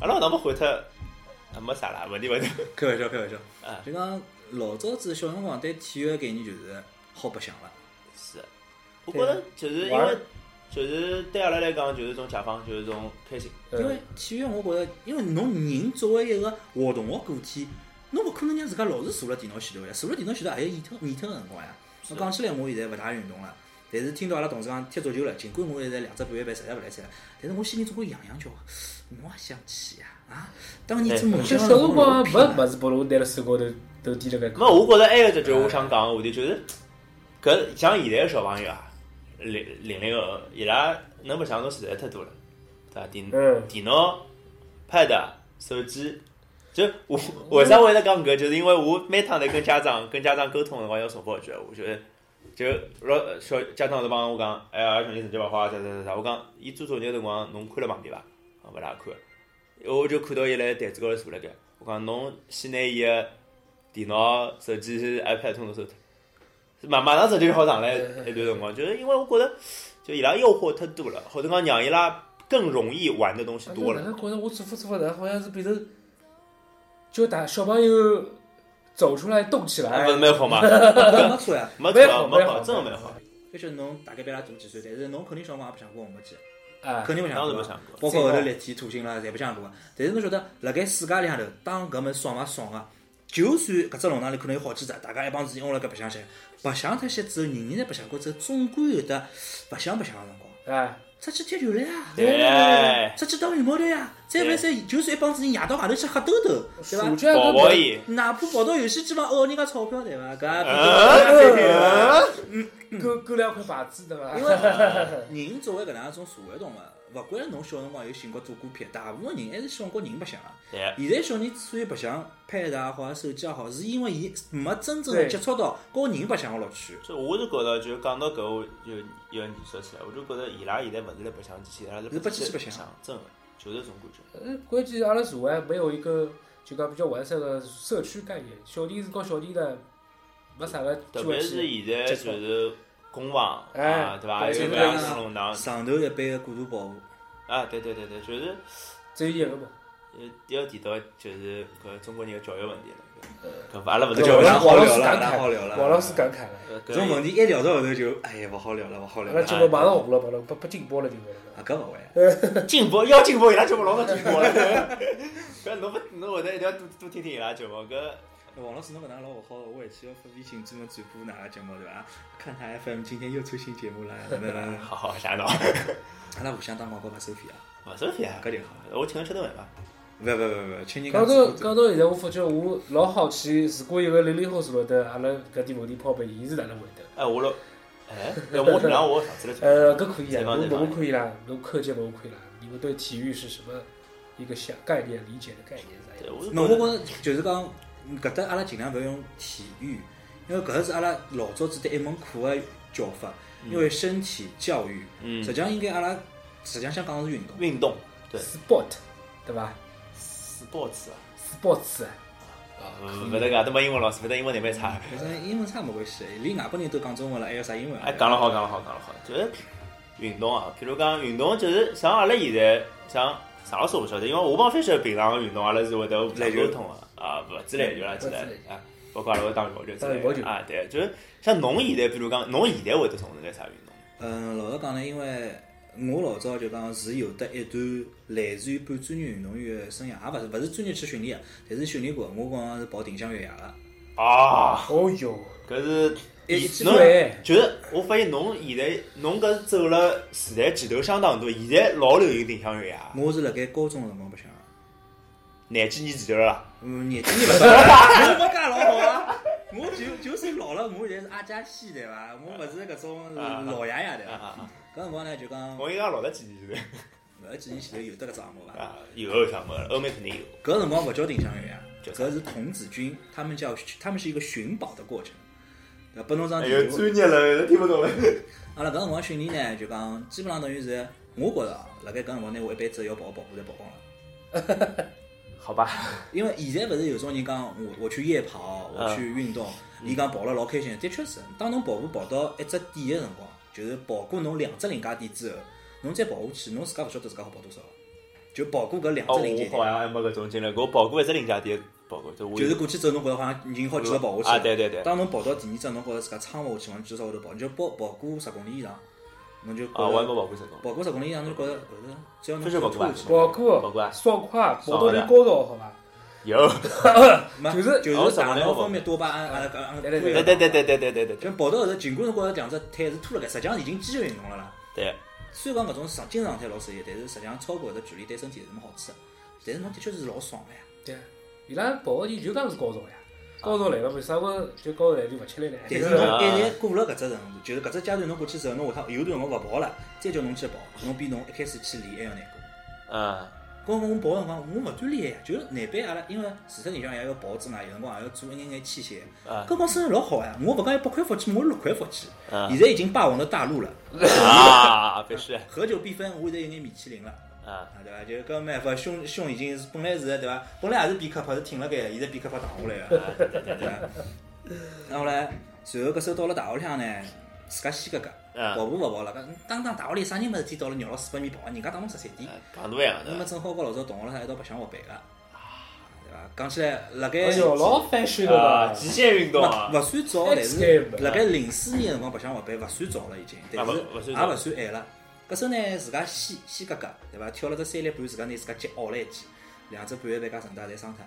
[SPEAKER 2] 阿拉哪么回脱？啊，没啥啦，问题勿大。
[SPEAKER 4] 开玩笑，开玩笑
[SPEAKER 2] 啊。
[SPEAKER 4] 就讲老早子小辰光对体育个概念就是好白相了，
[SPEAKER 2] 是，我觉着就是因
[SPEAKER 3] 玩
[SPEAKER 2] 为
[SPEAKER 3] 儿
[SPEAKER 2] 就是对阿拉来讲，就是一种解放，就是一种开心。
[SPEAKER 3] 嗯
[SPEAKER 4] 因为体育，我觉着，因为侬人作为一个活动个个体，侬勿可能让自家老是坐辣电脑前头呀，坐辣电脑前头还有研究研究个辰光呀。
[SPEAKER 2] 是
[SPEAKER 4] 我讲起来，我现在勿大爱运动了，但是听到阿拉同事讲踢足球了，尽管我现在两只半月板实在勿来塞了，但是我心里总归痒痒叫，侬也想去呀啊！当年做梦
[SPEAKER 3] 就
[SPEAKER 4] 想
[SPEAKER 3] 小
[SPEAKER 4] 的
[SPEAKER 3] 辰光
[SPEAKER 4] 辰光
[SPEAKER 3] 没
[SPEAKER 4] 老
[SPEAKER 3] 物
[SPEAKER 4] 拼了
[SPEAKER 3] 事拨侬拿辣手高头头低了该
[SPEAKER 2] 那我觉着还有一只就是我想讲个话题，就是搿像现在个小朋友啊，零零零后，伊拉能白相东西实在太多了，对伐？电
[SPEAKER 3] 嗯
[SPEAKER 2] 电脑、pad、手啊机，就 [LAUGHS] 我为啥会得讲搿？就是因为我每趟来跟家长跟家长沟通个辰光要重复一句，我觉得。就老小家长是帮我讲，哎呀，兄弟成绩勿好啊，啥啥啥啥。我讲，伊做作业个辰光，侬看了旁边伐？我勿大看。我就看到伊辣台子高头坐辣盖。我讲，侬先拿伊个电脑、手机、iPad 通通收脱。马马上手机就好上来一段辰光，就是因为我觉得，就伊拉诱惑太多了，或者讲让伊拉更容易玩的东西多了
[SPEAKER 3] 哪。能觉着我做副做副的，好像是变成就带小朋友走出来动起来
[SPEAKER 2] 不，是蛮好嘛？
[SPEAKER 4] 没错呀。
[SPEAKER 2] 没
[SPEAKER 3] 蛮
[SPEAKER 2] 错，
[SPEAKER 3] 好
[SPEAKER 2] 没
[SPEAKER 3] 蛮好
[SPEAKER 2] 真的蛮好。
[SPEAKER 4] 就是侬大概比阿拉大几岁，但是侬肯定小辰光也白相过红白机，
[SPEAKER 3] 哎，
[SPEAKER 4] 肯定白相
[SPEAKER 2] 当然
[SPEAKER 4] 过
[SPEAKER 2] 没
[SPEAKER 4] 啊。
[SPEAKER 2] 想过，
[SPEAKER 4] 包括后头立体图形啦，侪白相过个。但是侬晓得，辣盖世界里向头，当搿么爽伐爽个，就算搿只弄堂里可能有好几只，大家一帮子人窝辣搿白相起来，白相脱些之后，人人侪白相过之后，总归有得白相白相个辰光。
[SPEAKER 3] 哎，
[SPEAKER 4] 出去踢球了呀，
[SPEAKER 2] 对
[SPEAKER 4] 出去打羽毛了呀，再勿然再就算一帮子人夜到外头去瞎兜兜，对
[SPEAKER 3] 暑
[SPEAKER 4] 伐？
[SPEAKER 3] 假
[SPEAKER 2] 宝
[SPEAKER 3] 跟
[SPEAKER 2] 宝伊，
[SPEAKER 4] 哪怕跑到游戏机房讹人家钞票，对伐？搿也比较
[SPEAKER 2] 嗯
[SPEAKER 3] 勾勾两块牌子对伐？
[SPEAKER 4] 因 [LAUGHS] 为人作为搿能样一种社会动物，勿管是侬小辰光有寻过做过片，大部分人还是希望跟人白相啊。
[SPEAKER 3] [LAUGHS]
[SPEAKER 2] 对，
[SPEAKER 4] 现在小人之所以白相 pad 也好，手机也好，是因为伊没真正的接触到跟人白相个乐趣。
[SPEAKER 2] 就我是觉得，就讲到搿个有有研究起来，我就觉得伊拉现在勿是辣白相机器，伊拉是
[SPEAKER 4] 是拨机器
[SPEAKER 2] 白
[SPEAKER 4] 白相
[SPEAKER 2] 真的就是这种感觉。
[SPEAKER 3] 呃，关键是阿拉社会没有一个就讲比较完善的社区概念，小弟是搞小弟的，没啥个
[SPEAKER 2] 特别
[SPEAKER 3] 聚会
[SPEAKER 2] 是
[SPEAKER 3] 区。
[SPEAKER 2] 现在就是工坊啊，
[SPEAKER 3] 哎
[SPEAKER 2] 对伐？还
[SPEAKER 3] 搞
[SPEAKER 2] 有
[SPEAKER 3] 清
[SPEAKER 2] 各
[SPEAKER 3] 楚
[SPEAKER 2] 样
[SPEAKER 4] 了
[SPEAKER 2] 子弄
[SPEAKER 3] 啊
[SPEAKER 2] 堂
[SPEAKER 4] 上头一辈个过度保护，
[SPEAKER 2] 啊，对对对对，就是
[SPEAKER 3] 只有一个嘛，
[SPEAKER 2] 呃要提到就是搿中国人的教育问题了
[SPEAKER 3] 呃。
[SPEAKER 2] 搿勿阿拉勿能
[SPEAKER 4] 搿
[SPEAKER 2] 叫
[SPEAKER 4] 就
[SPEAKER 3] 王
[SPEAKER 4] 勿大
[SPEAKER 3] 老王老师感
[SPEAKER 4] 好聊了，勿大
[SPEAKER 3] 慨
[SPEAKER 4] 好聊了。
[SPEAKER 3] 王老师感慨了，
[SPEAKER 4] 搿种问
[SPEAKER 2] 题，
[SPEAKER 4] 题一聊到后头就，哎呀，勿好聊了，勿好
[SPEAKER 3] 阿
[SPEAKER 4] 聊
[SPEAKER 3] 拉
[SPEAKER 4] 了。
[SPEAKER 3] 节目马上红了，马上不不劲爆了就没
[SPEAKER 4] 啊
[SPEAKER 3] 了。，
[SPEAKER 4] 搿勿会。
[SPEAKER 2] 进步要进步，伊拉节目老早进步了。搿侬勿侬后头一定要多多听听伊拉节目搿。
[SPEAKER 4] 王老师，侬搿能老勿好，我回去要发微信专门转播哪个节目对伐？啊看台 FM 今天又出新节目 [LAUGHS] 啦，哪能哪能
[SPEAKER 2] 好好瞎闹，
[SPEAKER 4] 阿拉互相打广告勿收费啊，
[SPEAKER 2] 勿收费啊！
[SPEAKER 4] 搿就好。
[SPEAKER 3] [LAUGHS]
[SPEAKER 2] 我请侬吃顿饭吧。
[SPEAKER 4] 勿勿勿勿，请人家
[SPEAKER 3] 讲到
[SPEAKER 4] 吃
[SPEAKER 3] 讲到现在，我发觉我老好奇，如果有个零零后坐落得，阿拉搿点问题抛拨伊，伊是哪哎能回答？
[SPEAKER 2] 哎，我了，哎，要么我让我上次来做。
[SPEAKER 3] 呃，搿可以
[SPEAKER 2] 采
[SPEAKER 3] 啊，
[SPEAKER 2] 访
[SPEAKER 3] 侬
[SPEAKER 2] 采访
[SPEAKER 3] 侬可以啦，侬看见侬可以啦。你们对体育是什么一个想概念、理解的概念是啥
[SPEAKER 2] 对
[SPEAKER 3] 样？
[SPEAKER 2] 我是
[SPEAKER 4] 那我
[SPEAKER 2] 觉
[SPEAKER 4] 觉
[SPEAKER 2] 得
[SPEAKER 4] 着就是讲，搿搭阿拉尽量勿要用体育，因为搿是阿拉老早子的一门课个叫法，因为身体教育，
[SPEAKER 2] 嗯
[SPEAKER 4] 实际上应该阿拉实际上想讲的是运动。
[SPEAKER 2] 运动对
[SPEAKER 3] Sport，对伐
[SPEAKER 2] ，sports 啊，
[SPEAKER 3] ？Sports 啊
[SPEAKER 2] 呃勿得讲，都没英文老师，勿得英文那边差。
[SPEAKER 4] 反正英文差没关系，连外国人都讲中文了，还要啥英文啊？
[SPEAKER 2] 哎，讲了好，讲了好，讲了好，就是运动啊，譬如讲运动，就是像阿拉现在像啥老师我不晓得，因为我帮飞雪平常个运动，阿拉是会得互相沟通个啊，勿止篮球啦，之类的啊，包括阿拉会打羽毛球之
[SPEAKER 3] 打羽毛
[SPEAKER 2] 类
[SPEAKER 3] 球
[SPEAKER 2] 的啊，对，就是像侬现在，譬如讲，侬现在会得从事个啥运动？
[SPEAKER 4] 嗯，老实讲呢，因为我老早就讲是有得一段类似于半专业运动员的生涯，也勿是勿是专业去训练的，但是训练过。我讲是跑定向越野个，
[SPEAKER 2] 啊，
[SPEAKER 3] 哦哟，
[SPEAKER 2] 搿是
[SPEAKER 4] 一一
[SPEAKER 2] 侬
[SPEAKER 4] 对
[SPEAKER 3] 对，
[SPEAKER 2] 就是我发现侬现在侬搿是走了时代前头相当多，现在老流行定向越野，啊
[SPEAKER 4] 我是辣盖高中个辰光白相个。
[SPEAKER 2] 廿几年前头了啦。
[SPEAKER 4] 嗯，年纪
[SPEAKER 2] [LAUGHS]
[SPEAKER 4] 勿大，我没介老好啊。我就就算老了，我现在是阿加西对伐？我勿是搿种
[SPEAKER 2] 啊
[SPEAKER 4] 老爷爷对
[SPEAKER 2] 啊
[SPEAKER 4] 伐？
[SPEAKER 2] 啊！
[SPEAKER 4] 搿辰光呢就讲，
[SPEAKER 2] 我应该老了几年前
[SPEAKER 4] 勿几年前头有得搿只项目
[SPEAKER 2] 头
[SPEAKER 4] 伐？
[SPEAKER 2] 啊，有个项目了，欧美肯定有。
[SPEAKER 4] 搿辰光勿叫定向越野，
[SPEAKER 2] 叫啥
[SPEAKER 4] 啊搿是童子军，他们叫他们是一个寻宝的过程。对伐拨侬张
[SPEAKER 2] 哎
[SPEAKER 4] 地
[SPEAKER 2] 呦，
[SPEAKER 4] 图，
[SPEAKER 2] 专业了，听不懂了。
[SPEAKER 4] 阿拉搿辰光训练呢，就讲基本上等于是，我觉着啊，辣盖搿辰光呢，我一辈子要跑跑步侪跑光了。
[SPEAKER 2] 好吧，
[SPEAKER 4] 因为现在勿是有种人讲我我去夜跑，我去运动，
[SPEAKER 2] 嗯
[SPEAKER 4] 伊讲跑了老开心，的确是。当侬跑步跑到一只点的辰光，就是跑过侬两只临界点之后，侬再跑下去，侬自家勿晓得自家好跑多少，就跑过搿两
[SPEAKER 2] 哦，
[SPEAKER 4] 只临界
[SPEAKER 2] 我好
[SPEAKER 4] 点，
[SPEAKER 2] 像还没搿种经历，我跑过一只零价店，跑过，就
[SPEAKER 4] 就是过去之后侬觉着好像已经好几了跑下去
[SPEAKER 2] 啊，
[SPEAKER 4] 了。
[SPEAKER 2] 对对对，
[SPEAKER 4] 当侬跑到第二只，侬觉着自家撑勿下去，往至少后头跑，你就跑跑过十公里以上，侬就觉
[SPEAKER 2] 啊，我还没
[SPEAKER 4] 着
[SPEAKER 2] 跑过成功，
[SPEAKER 4] 跑过十公里以上，侬就觉着后头只要侬
[SPEAKER 2] 这是跑过吧
[SPEAKER 4] 下去，
[SPEAKER 3] 跑
[SPEAKER 2] 跑
[SPEAKER 3] 过
[SPEAKER 2] 过啊
[SPEAKER 3] 爽快，跑到点高潮好伐？
[SPEAKER 2] 有，
[SPEAKER 4] 没
[SPEAKER 3] 就是
[SPEAKER 4] 就
[SPEAKER 2] 哦十
[SPEAKER 4] 是
[SPEAKER 2] 公
[SPEAKER 4] 大
[SPEAKER 2] 里
[SPEAKER 4] 脑
[SPEAKER 2] 我跑
[SPEAKER 4] 方面多巴胺呃阿拉讲阿拉
[SPEAKER 3] 对对
[SPEAKER 2] 对
[SPEAKER 4] 规律
[SPEAKER 2] 对对对对对对对对
[SPEAKER 4] 就跑到后头，尽管侬觉着两只腿是拖了该，实际上已经肌肉运动了啦。
[SPEAKER 2] 对，
[SPEAKER 4] 虽然讲搿种上精神状态老适宜，但是实际上超过搿只距离对身体是没好处的。但是侬的确是老爽的呀。
[SPEAKER 3] 对啊，伊拉跑个就就讲是高潮呀，高潮来了，为啥我就高潮来就勿吃力呢？
[SPEAKER 4] 但是侬一旦过了搿只程度，就是搿只阶段侬过去之后，侬下趟有段辰光勿跑了，再叫侬去跑，侬比侬一开始去练还要难过。
[SPEAKER 2] 嗯，
[SPEAKER 4] 刚刚我跑个辰光，我勿锻炼呀，就是难办阿拉，因为除脱里向也要跑之外，有辰光也要做一眼眼器械。
[SPEAKER 2] 啊
[SPEAKER 4] 搿光生意老好呀，我勿讲要八块腹肌，我六块腹肌，
[SPEAKER 2] 嗯
[SPEAKER 4] 现在已经霸王了大陆了。
[SPEAKER 2] 啊，必须，
[SPEAKER 4] 合久必分，我现在有眼米其林了。
[SPEAKER 2] 啊，
[SPEAKER 4] 啊，对伐？就是搿没办法，胸胸已经是本来是对伐？本来也是比克帕是挺辣盖，现在比克帕荡下来
[SPEAKER 2] [LAUGHS]
[SPEAKER 4] 了，对伐？然后嘞，随后搿时候到了大学里向呢，自家稀格格，
[SPEAKER 2] 嗯
[SPEAKER 4] 跑步勿跑了，搿当当大学里啥人没事体到了绕了四百米跑，人家打侬十三点，
[SPEAKER 2] 讲都一样
[SPEAKER 4] 那么
[SPEAKER 2] 的，
[SPEAKER 4] 正好跟老早同学了一道白相滑板个，对伐？讲起来辣盖
[SPEAKER 3] 哎呦，老翻身了
[SPEAKER 2] 啊，
[SPEAKER 3] 吧？
[SPEAKER 2] 极限运动啊，
[SPEAKER 4] 勿算早，但是
[SPEAKER 3] Escape
[SPEAKER 4] 辣盖零四年辰光白相滑板勿算早了已经，但
[SPEAKER 2] 啊
[SPEAKER 4] 是
[SPEAKER 2] 勿
[SPEAKER 4] 也
[SPEAKER 2] 勿
[SPEAKER 4] 勿
[SPEAKER 2] 算早
[SPEAKER 4] 算晚了。搿时候呢，自家先先格格，对伐？跳了只三粒半，自家拿自家脚拗了一记，两只半月板加韧带侪伤脱。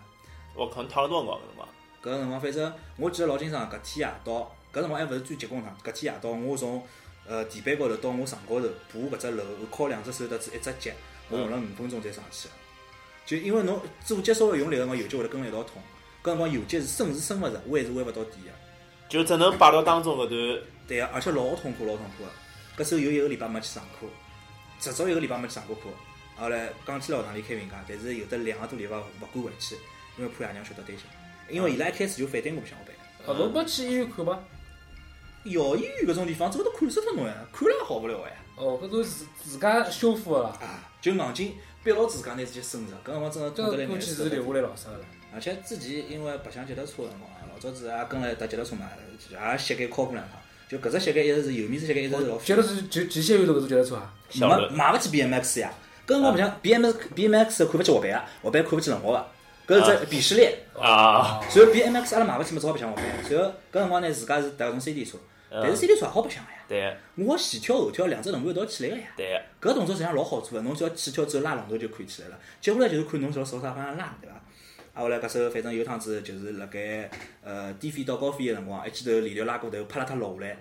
[SPEAKER 2] 我靠，躺了多少光搿辰光？
[SPEAKER 4] 搿辰光反正我记得老清爽，搿天夜到，搿辰光还勿是最结棍趟，搿天夜到我从呃地板高头到我床高头爬搿只楼，靠两只手搭子一只脚，我用了五分钟才上去的。就因为侬左脚稍微用力个辰光，右脚会得跟了一道痛。搿辰光右脚是伸是伸勿着，弯是弯勿到底个。
[SPEAKER 2] 就只能摆到当中搿段，
[SPEAKER 4] 对啊，而且老痛苦，老痛苦个。搿时候有一个礼拜没去上课，至少一个礼拜没去上过课。后来刚去了学堂里开病假，但是有的两个多礼拜勿敢回去，因为怕爷娘晓得担心。因为伊拉一开始就反对我白相滑板。
[SPEAKER 3] 啊，侬没去医院看吗？
[SPEAKER 4] 校医院搿种地方，这个都看死脱侬呀，看了也好勿了呀。
[SPEAKER 3] 哦，搿种自自家修复个啦，
[SPEAKER 4] 啊，就硬劲逼牢自家拿自己伸直，搿辰光真的
[SPEAKER 3] 这
[SPEAKER 4] 痛得来
[SPEAKER 3] 个估
[SPEAKER 4] 难
[SPEAKER 3] 计
[SPEAKER 4] 死
[SPEAKER 3] 是
[SPEAKER 4] 了
[SPEAKER 3] 留下来老伤了。
[SPEAKER 4] 而且之前因为白相脚踏车个辰光啊，老早子也跟了一搭脚踏车嘛，也膝盖敲过两趟。就搿只膝盖一直是右面只膝盖一直是老
[SPEAKER 3] 觉得是极极限运动搿种觉得错啊？
[SPEAKER 2] 晓得
[SPEAKER 4] 没买勿起 BMX 呀。搿辰光白相 BMX BMX 看勿起滑板啊，滑板看勿起轮滑个，搿是只鄙视链。
[SPEAKER 2] 啊，
[SPEAKER 4] 然后 BMX 阿拉买勿起嘛，只好白相滑板。然后搿辰光呢，自家是搭搿种山地车，但是山地车也好白相个呀。
[SPEAKER 2] 对
[SPEAKER 4] 我前跳后跳两只轮毂一道起来个呀。
[SPEAKER 2] 对，
[SPEAKER 4] 搿动作实际上老好做个，侬只要起跳之后拉榔头就可以起来了。接下来就是看侬只要朝啥方向拉，对伐？啊，后来搿时候反正有趟子就是辣盖呃低飞到高飞个辰光，一记头链条拉过头，啪啦它落下来，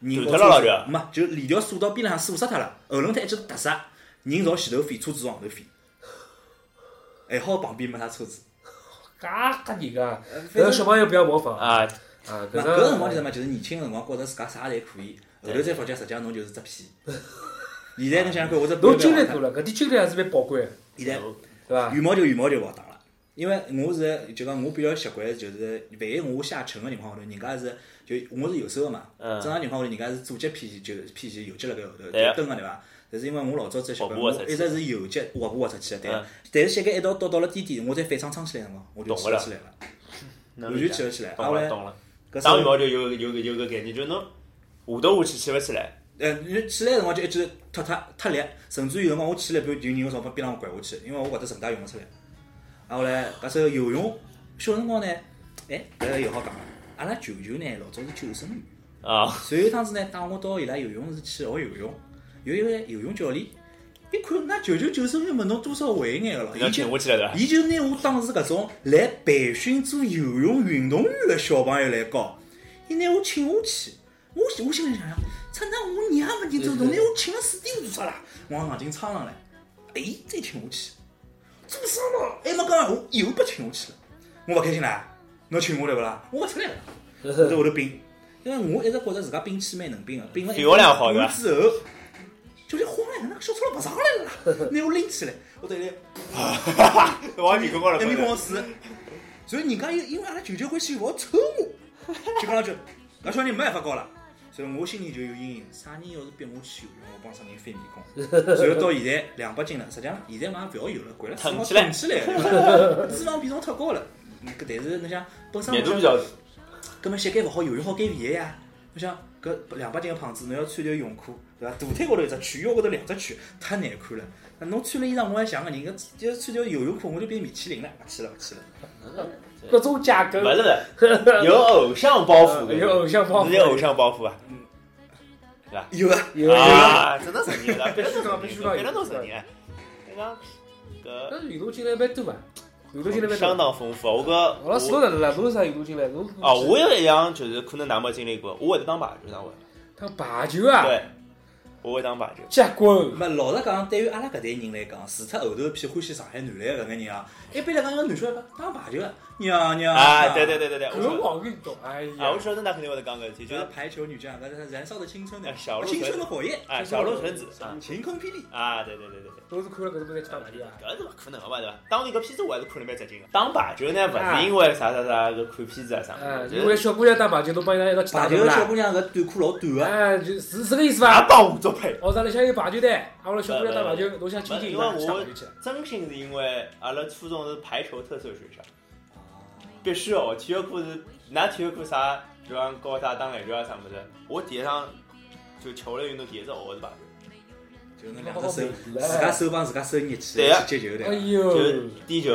[SPEAKER 4] 人
[SPEAKER 2] 断脱了
[SPEAKER 4] 车
[SPEAKER 2] 老
[SPEAKER 4] 没就链条锁到边浪锁死脱了，后轮胎一记头踏刹，人朝前头飞，车子朝后头飞。还好旁边没啥车子，
[SPEAKER 3] 嘎嘎人啊！搿个小朋友不要模仿啊！
[SPEAKER 2] 啊，
[SPEAKER 3] 搿
[SPEAKER 4] 呃那搿辰光就
[SPEAKER 3] 个
[SPEAKER 4] 是什么？就是年轻个辰光觉着自家啥侪可以，后头再发觉实际上侬就是只
[SPEAKER 3] [LAUGHS]
[SPEAKER 4] 屁。现在侬想想看，我这
[SPEAKER 3] 侬经历过了，哦搿点经历还是蛮宝贵个，
[SPEAKER 4] 现在
[SPEAKER 3] 对
[SPEAKER 2] 啊
[SPEAKER 3] 伐？
[SPEAKER 4] 羽毛球羽毛球勿好打了，因为我是就讲我比较习惯就是，万一我下沉个情况下头，人家是就我是右手个嘛，
[SPEAKER 2] 嗯
[SPEAKER 4] 正常情况下头人家是左脚偏前就偏前右脚辣盖后头就
[SPEAKER 2] 对啊
[SPEAKER 4] 蹲个对伐？但是因为我老早子习惯，
[SPEAKER 2] 跑步
[SPEAKER 4] 我
[SPEAKER 2] 的出去
[SPEAKER 4] 一直是右脚滑步滑出去个，对啊
[SPEAKER 2] 嗯。
[SPEAKER 4] 但是膝盖一到到到了低点，我再反撑撑起来个辰光，我就
[SPEAKER 2] 懂
[SPEAKER 4] 起
[SPEAKER 2] 了
[SPEAKER 4] 勿起来了。
[SPEAKER 2] 完
[SPEAKER 4] 完全起勿起来
[SPEAKER 2] 懂
[SPEAKER 4] 啊
[SPEAKER 2] 了
[SPEAKER 4] 我
[SPEAKER 2] 懂了。
[SPEAKER 4] [LAUGHS] 搿
[SPEAKER 2] 打羽
[SPEAKER 4] 时候，
[SPEAKER 2] 毛球有有有个概念，就是侬下头下去起勿起来，
[SPEAKER 4] 呃，你起来个辰光就一直脱脱脱力，甚至于有辰光我起来一半，就人从旁边浪掼下去，因为我搿搭韧带用勿出来。啊，后来搿时候游泳，小辰光呢，哎，搿个又好讲了。阿拉舅舅呢，老早是救生员，
[SPEAKER 2] 啊，
[SPEAKER 4] [LAUGHS] 随后一趟子呢，带我到伊拉游泳池去学游泳，有一位游泳教练，一看㑚舅舅救生员嘛，侬多少会一眼个了，
[SPEAKER 2] 要
[SPEAKER 4] 伊
[SPEAKER 2] 挺
[SPEAKER 4] 就
[SPEAKER 2] 下去了对伐？
[SPEAKER 4] 伊就拿我当时搿种来培训做游泳运动员的小朋友来教，伊拿我请下去，我心我心里想想，趁那我娘勿认得，侬拿我请了水底做啥啦？我硬劲撑上来，哎，再请下去，做啥嘛？还没讲闲话，又被请下去了，我勿开心啦，侬请我来勿啦？我勿出来了。后头
[SPEAKER 3] [LAUGHS] 搿
[SPEAKER 4] 我头冰，因为我一直觉着自家冰气蛮能冰个，冰了
[SPEAKER 2] 肺活量好
[SPEAKER 4] 一
[SPEAKER 2] 对
[SPEAKER 4] 个
[SPEAKER 2] 吧
[SPEAKER 4] 之后，教练慌了，那个小车爬上来
[SPEAKER 2] [LAUGHS]
[SPEAKER 4] 了，拿我拎起来，我在那。
[SPEAKER 2] 往你公高了
[SPEAKER 4] 一米，公司，所以人家又因为阿拉舅舅关系勿好
[SPEAKER 2] [LAUGHS]
[SPEAKER 4] 抽我，就讲了句，搿小人没办法教了。所以我心里就有阴影，啥人要是逼我去游泳，我帮啥人翻面孔。然后到现在两百斤了，实际上现在嘛也勿要游了，掼了脂
[SPEAKER 2] 腾
[SPEAKER 4] 肪
[SPEAKER 2] 起来
[SPEAKER 4] 腾起来
[SPEAKER 2] [LAUGHS]
[SPEAKER 4] 了，脂肪比重太高了。嗯搿但是侬想，本身
[SPEAKER 2] 难度
[SPEAKER 4] 侬
[SPEAKER 2] 比
[SPEAKER 4] 想
[SPEAKER 2] 较，
[SPEAKER 4] 搿么膝盖勿好，游泳好减肥个呀。侬想搿两百斤个胖子，侬要穿条泳裤，对伐？大腿高头一只区，腰高头两只区，太难看了。那侬穿了衣裳，我还像个人，搿要穿条游泳裤，我就变米其林了，勿去了，勿去了。
[SPEAKER 3] 各种架构
[SPEAKER 2] 勿，是的，
[SPEAKER 3] [LAUGHS]
[SPEAKER 2] 有偶像包袱的，
[SPEAKER 3] 有偶像包
[SPEAKER 2] 你有偶
[SPEAKER 3] 袱，
[SPEAKER 2] 像包袱啊？
[SPEAKER 4] 有啊，
[SPEAKER 3] 有有。
[SPEAKER 2] 啊，真的承认了，别
[SPEAKER 3] 必须讲必须讲
[SPEAKER 2] 别人都承认。就讲搿
[SPEAKER 3] 但是运动经历蛮多嘛，运动经历蛮
[SPEAKER 2] 相
[SPEAKER 3] 多。
[SPEAKER 2] 当丰富，啊我搿
[SPEAKER 3] 我老师侬哪能啦？侬有啥运动经历？侬
[SPEAKER 2] 啊，我有一样就是可能㑚没经历过，我会得打排球，哪会？
[SPEAKER 3] 他排球啊，
[SPEAKER 2] 对，我会打排球。
[SPEAKER 3] 结棍，
[SPEAKER 4] 没老实讲，对于阿拉搿代人来讲，除脱后头一批欢喜上海男篮搿眼人啊，一般来讲，搿男小孩打排球啊，娘娘
[SPEAKER 2] 啊，对对，对对对，
[SPEAKER 3] 搿种
[SPEAKER 2] 我
[SPEAKER 3] 网运动，哎
[SPEAKER 2] 啊，
[SPEAKER 3] 呀
[SPEAKER 2] 我，晓得㑚肯定会得讲搿事体，就
[SPEAKER 4] 就是是排球女将，搿是燃烧的青春
[SPEAKER 2] 哎
[SPEAKER 4] 的，
[SPEAKER 2] 小鹿
[SPEAKER 4] 啊青春的火焰，
[SPEAKER 2] 啊，小鹿纯子啊
[SPEAKER 4] 晴空霹雳。
[SPEAKER 2] 啊，对对对对对。
[SPEAKER 3] 都是看了搿种比赛去打排球啊。
[SPEAKER 2] 搿是勿可能个嘛，对伐？当年搿片子我还是看了蛮扎劲个。打排球呢，勿是因为啥啥啥搿看片子啊啥
[SPEAKER 3] 哎，
[SPEAKER 2] 物事，
[SPEAKER 3] 因
[SPEAKER 2] 就
[SPEAKER 3] 为
[SPEAKER 2] 是
[SPEAKER 3] 小姑娘打排球，侬帮伊拉一道去打
[SPEAKER 4] 排
[SPEAKER 3] 对
[SPEAKER 4] 球
[SPEAKER 3] 不
[SPEAKER 4] 小
[SPEAKER 3] 啦？
[SPEAKER 4] 姑娘搿短裤老短啊，
[SPEAKER 3] 哎，就是是搿意思
[SPEAKER 2] 也
[SPEAKER 3] 伐？
[SPEAKER 2] 帮我作配。
[SPEAKER 3] 学堂里向有排球队，阿拉小姑娘打排球，侬想亲近伊
[SPEAKER 2] 因
[SPEAKER 3] 拉
[SPEAKER 2] 为
[SPEAKER 3] 去打
[SPEAKER 2] 我
[SPEAKER 3] 排球去？
[SPEAKER 2] 真心是因为阿拉初中是排球特色学校，必须哦。体育课是㑚体育课啥，就讲教啥打篮球啊啥物事。我第一场就球类运动第一只学的是排球，
[SPEAKER 4] 就侬两只手，
[SPEAKER 2] [LAUGHS]
[SPEAKER 4] 自家手帮自家手捏起
[SPEAKER 2] 对啊
[SPEAKER 4] 去接球
[SPEAKER 3] 哎
[SPEAKER 4] 的。
[SPEAKER 3] 呦，
[SPEAKER 2] 就是点球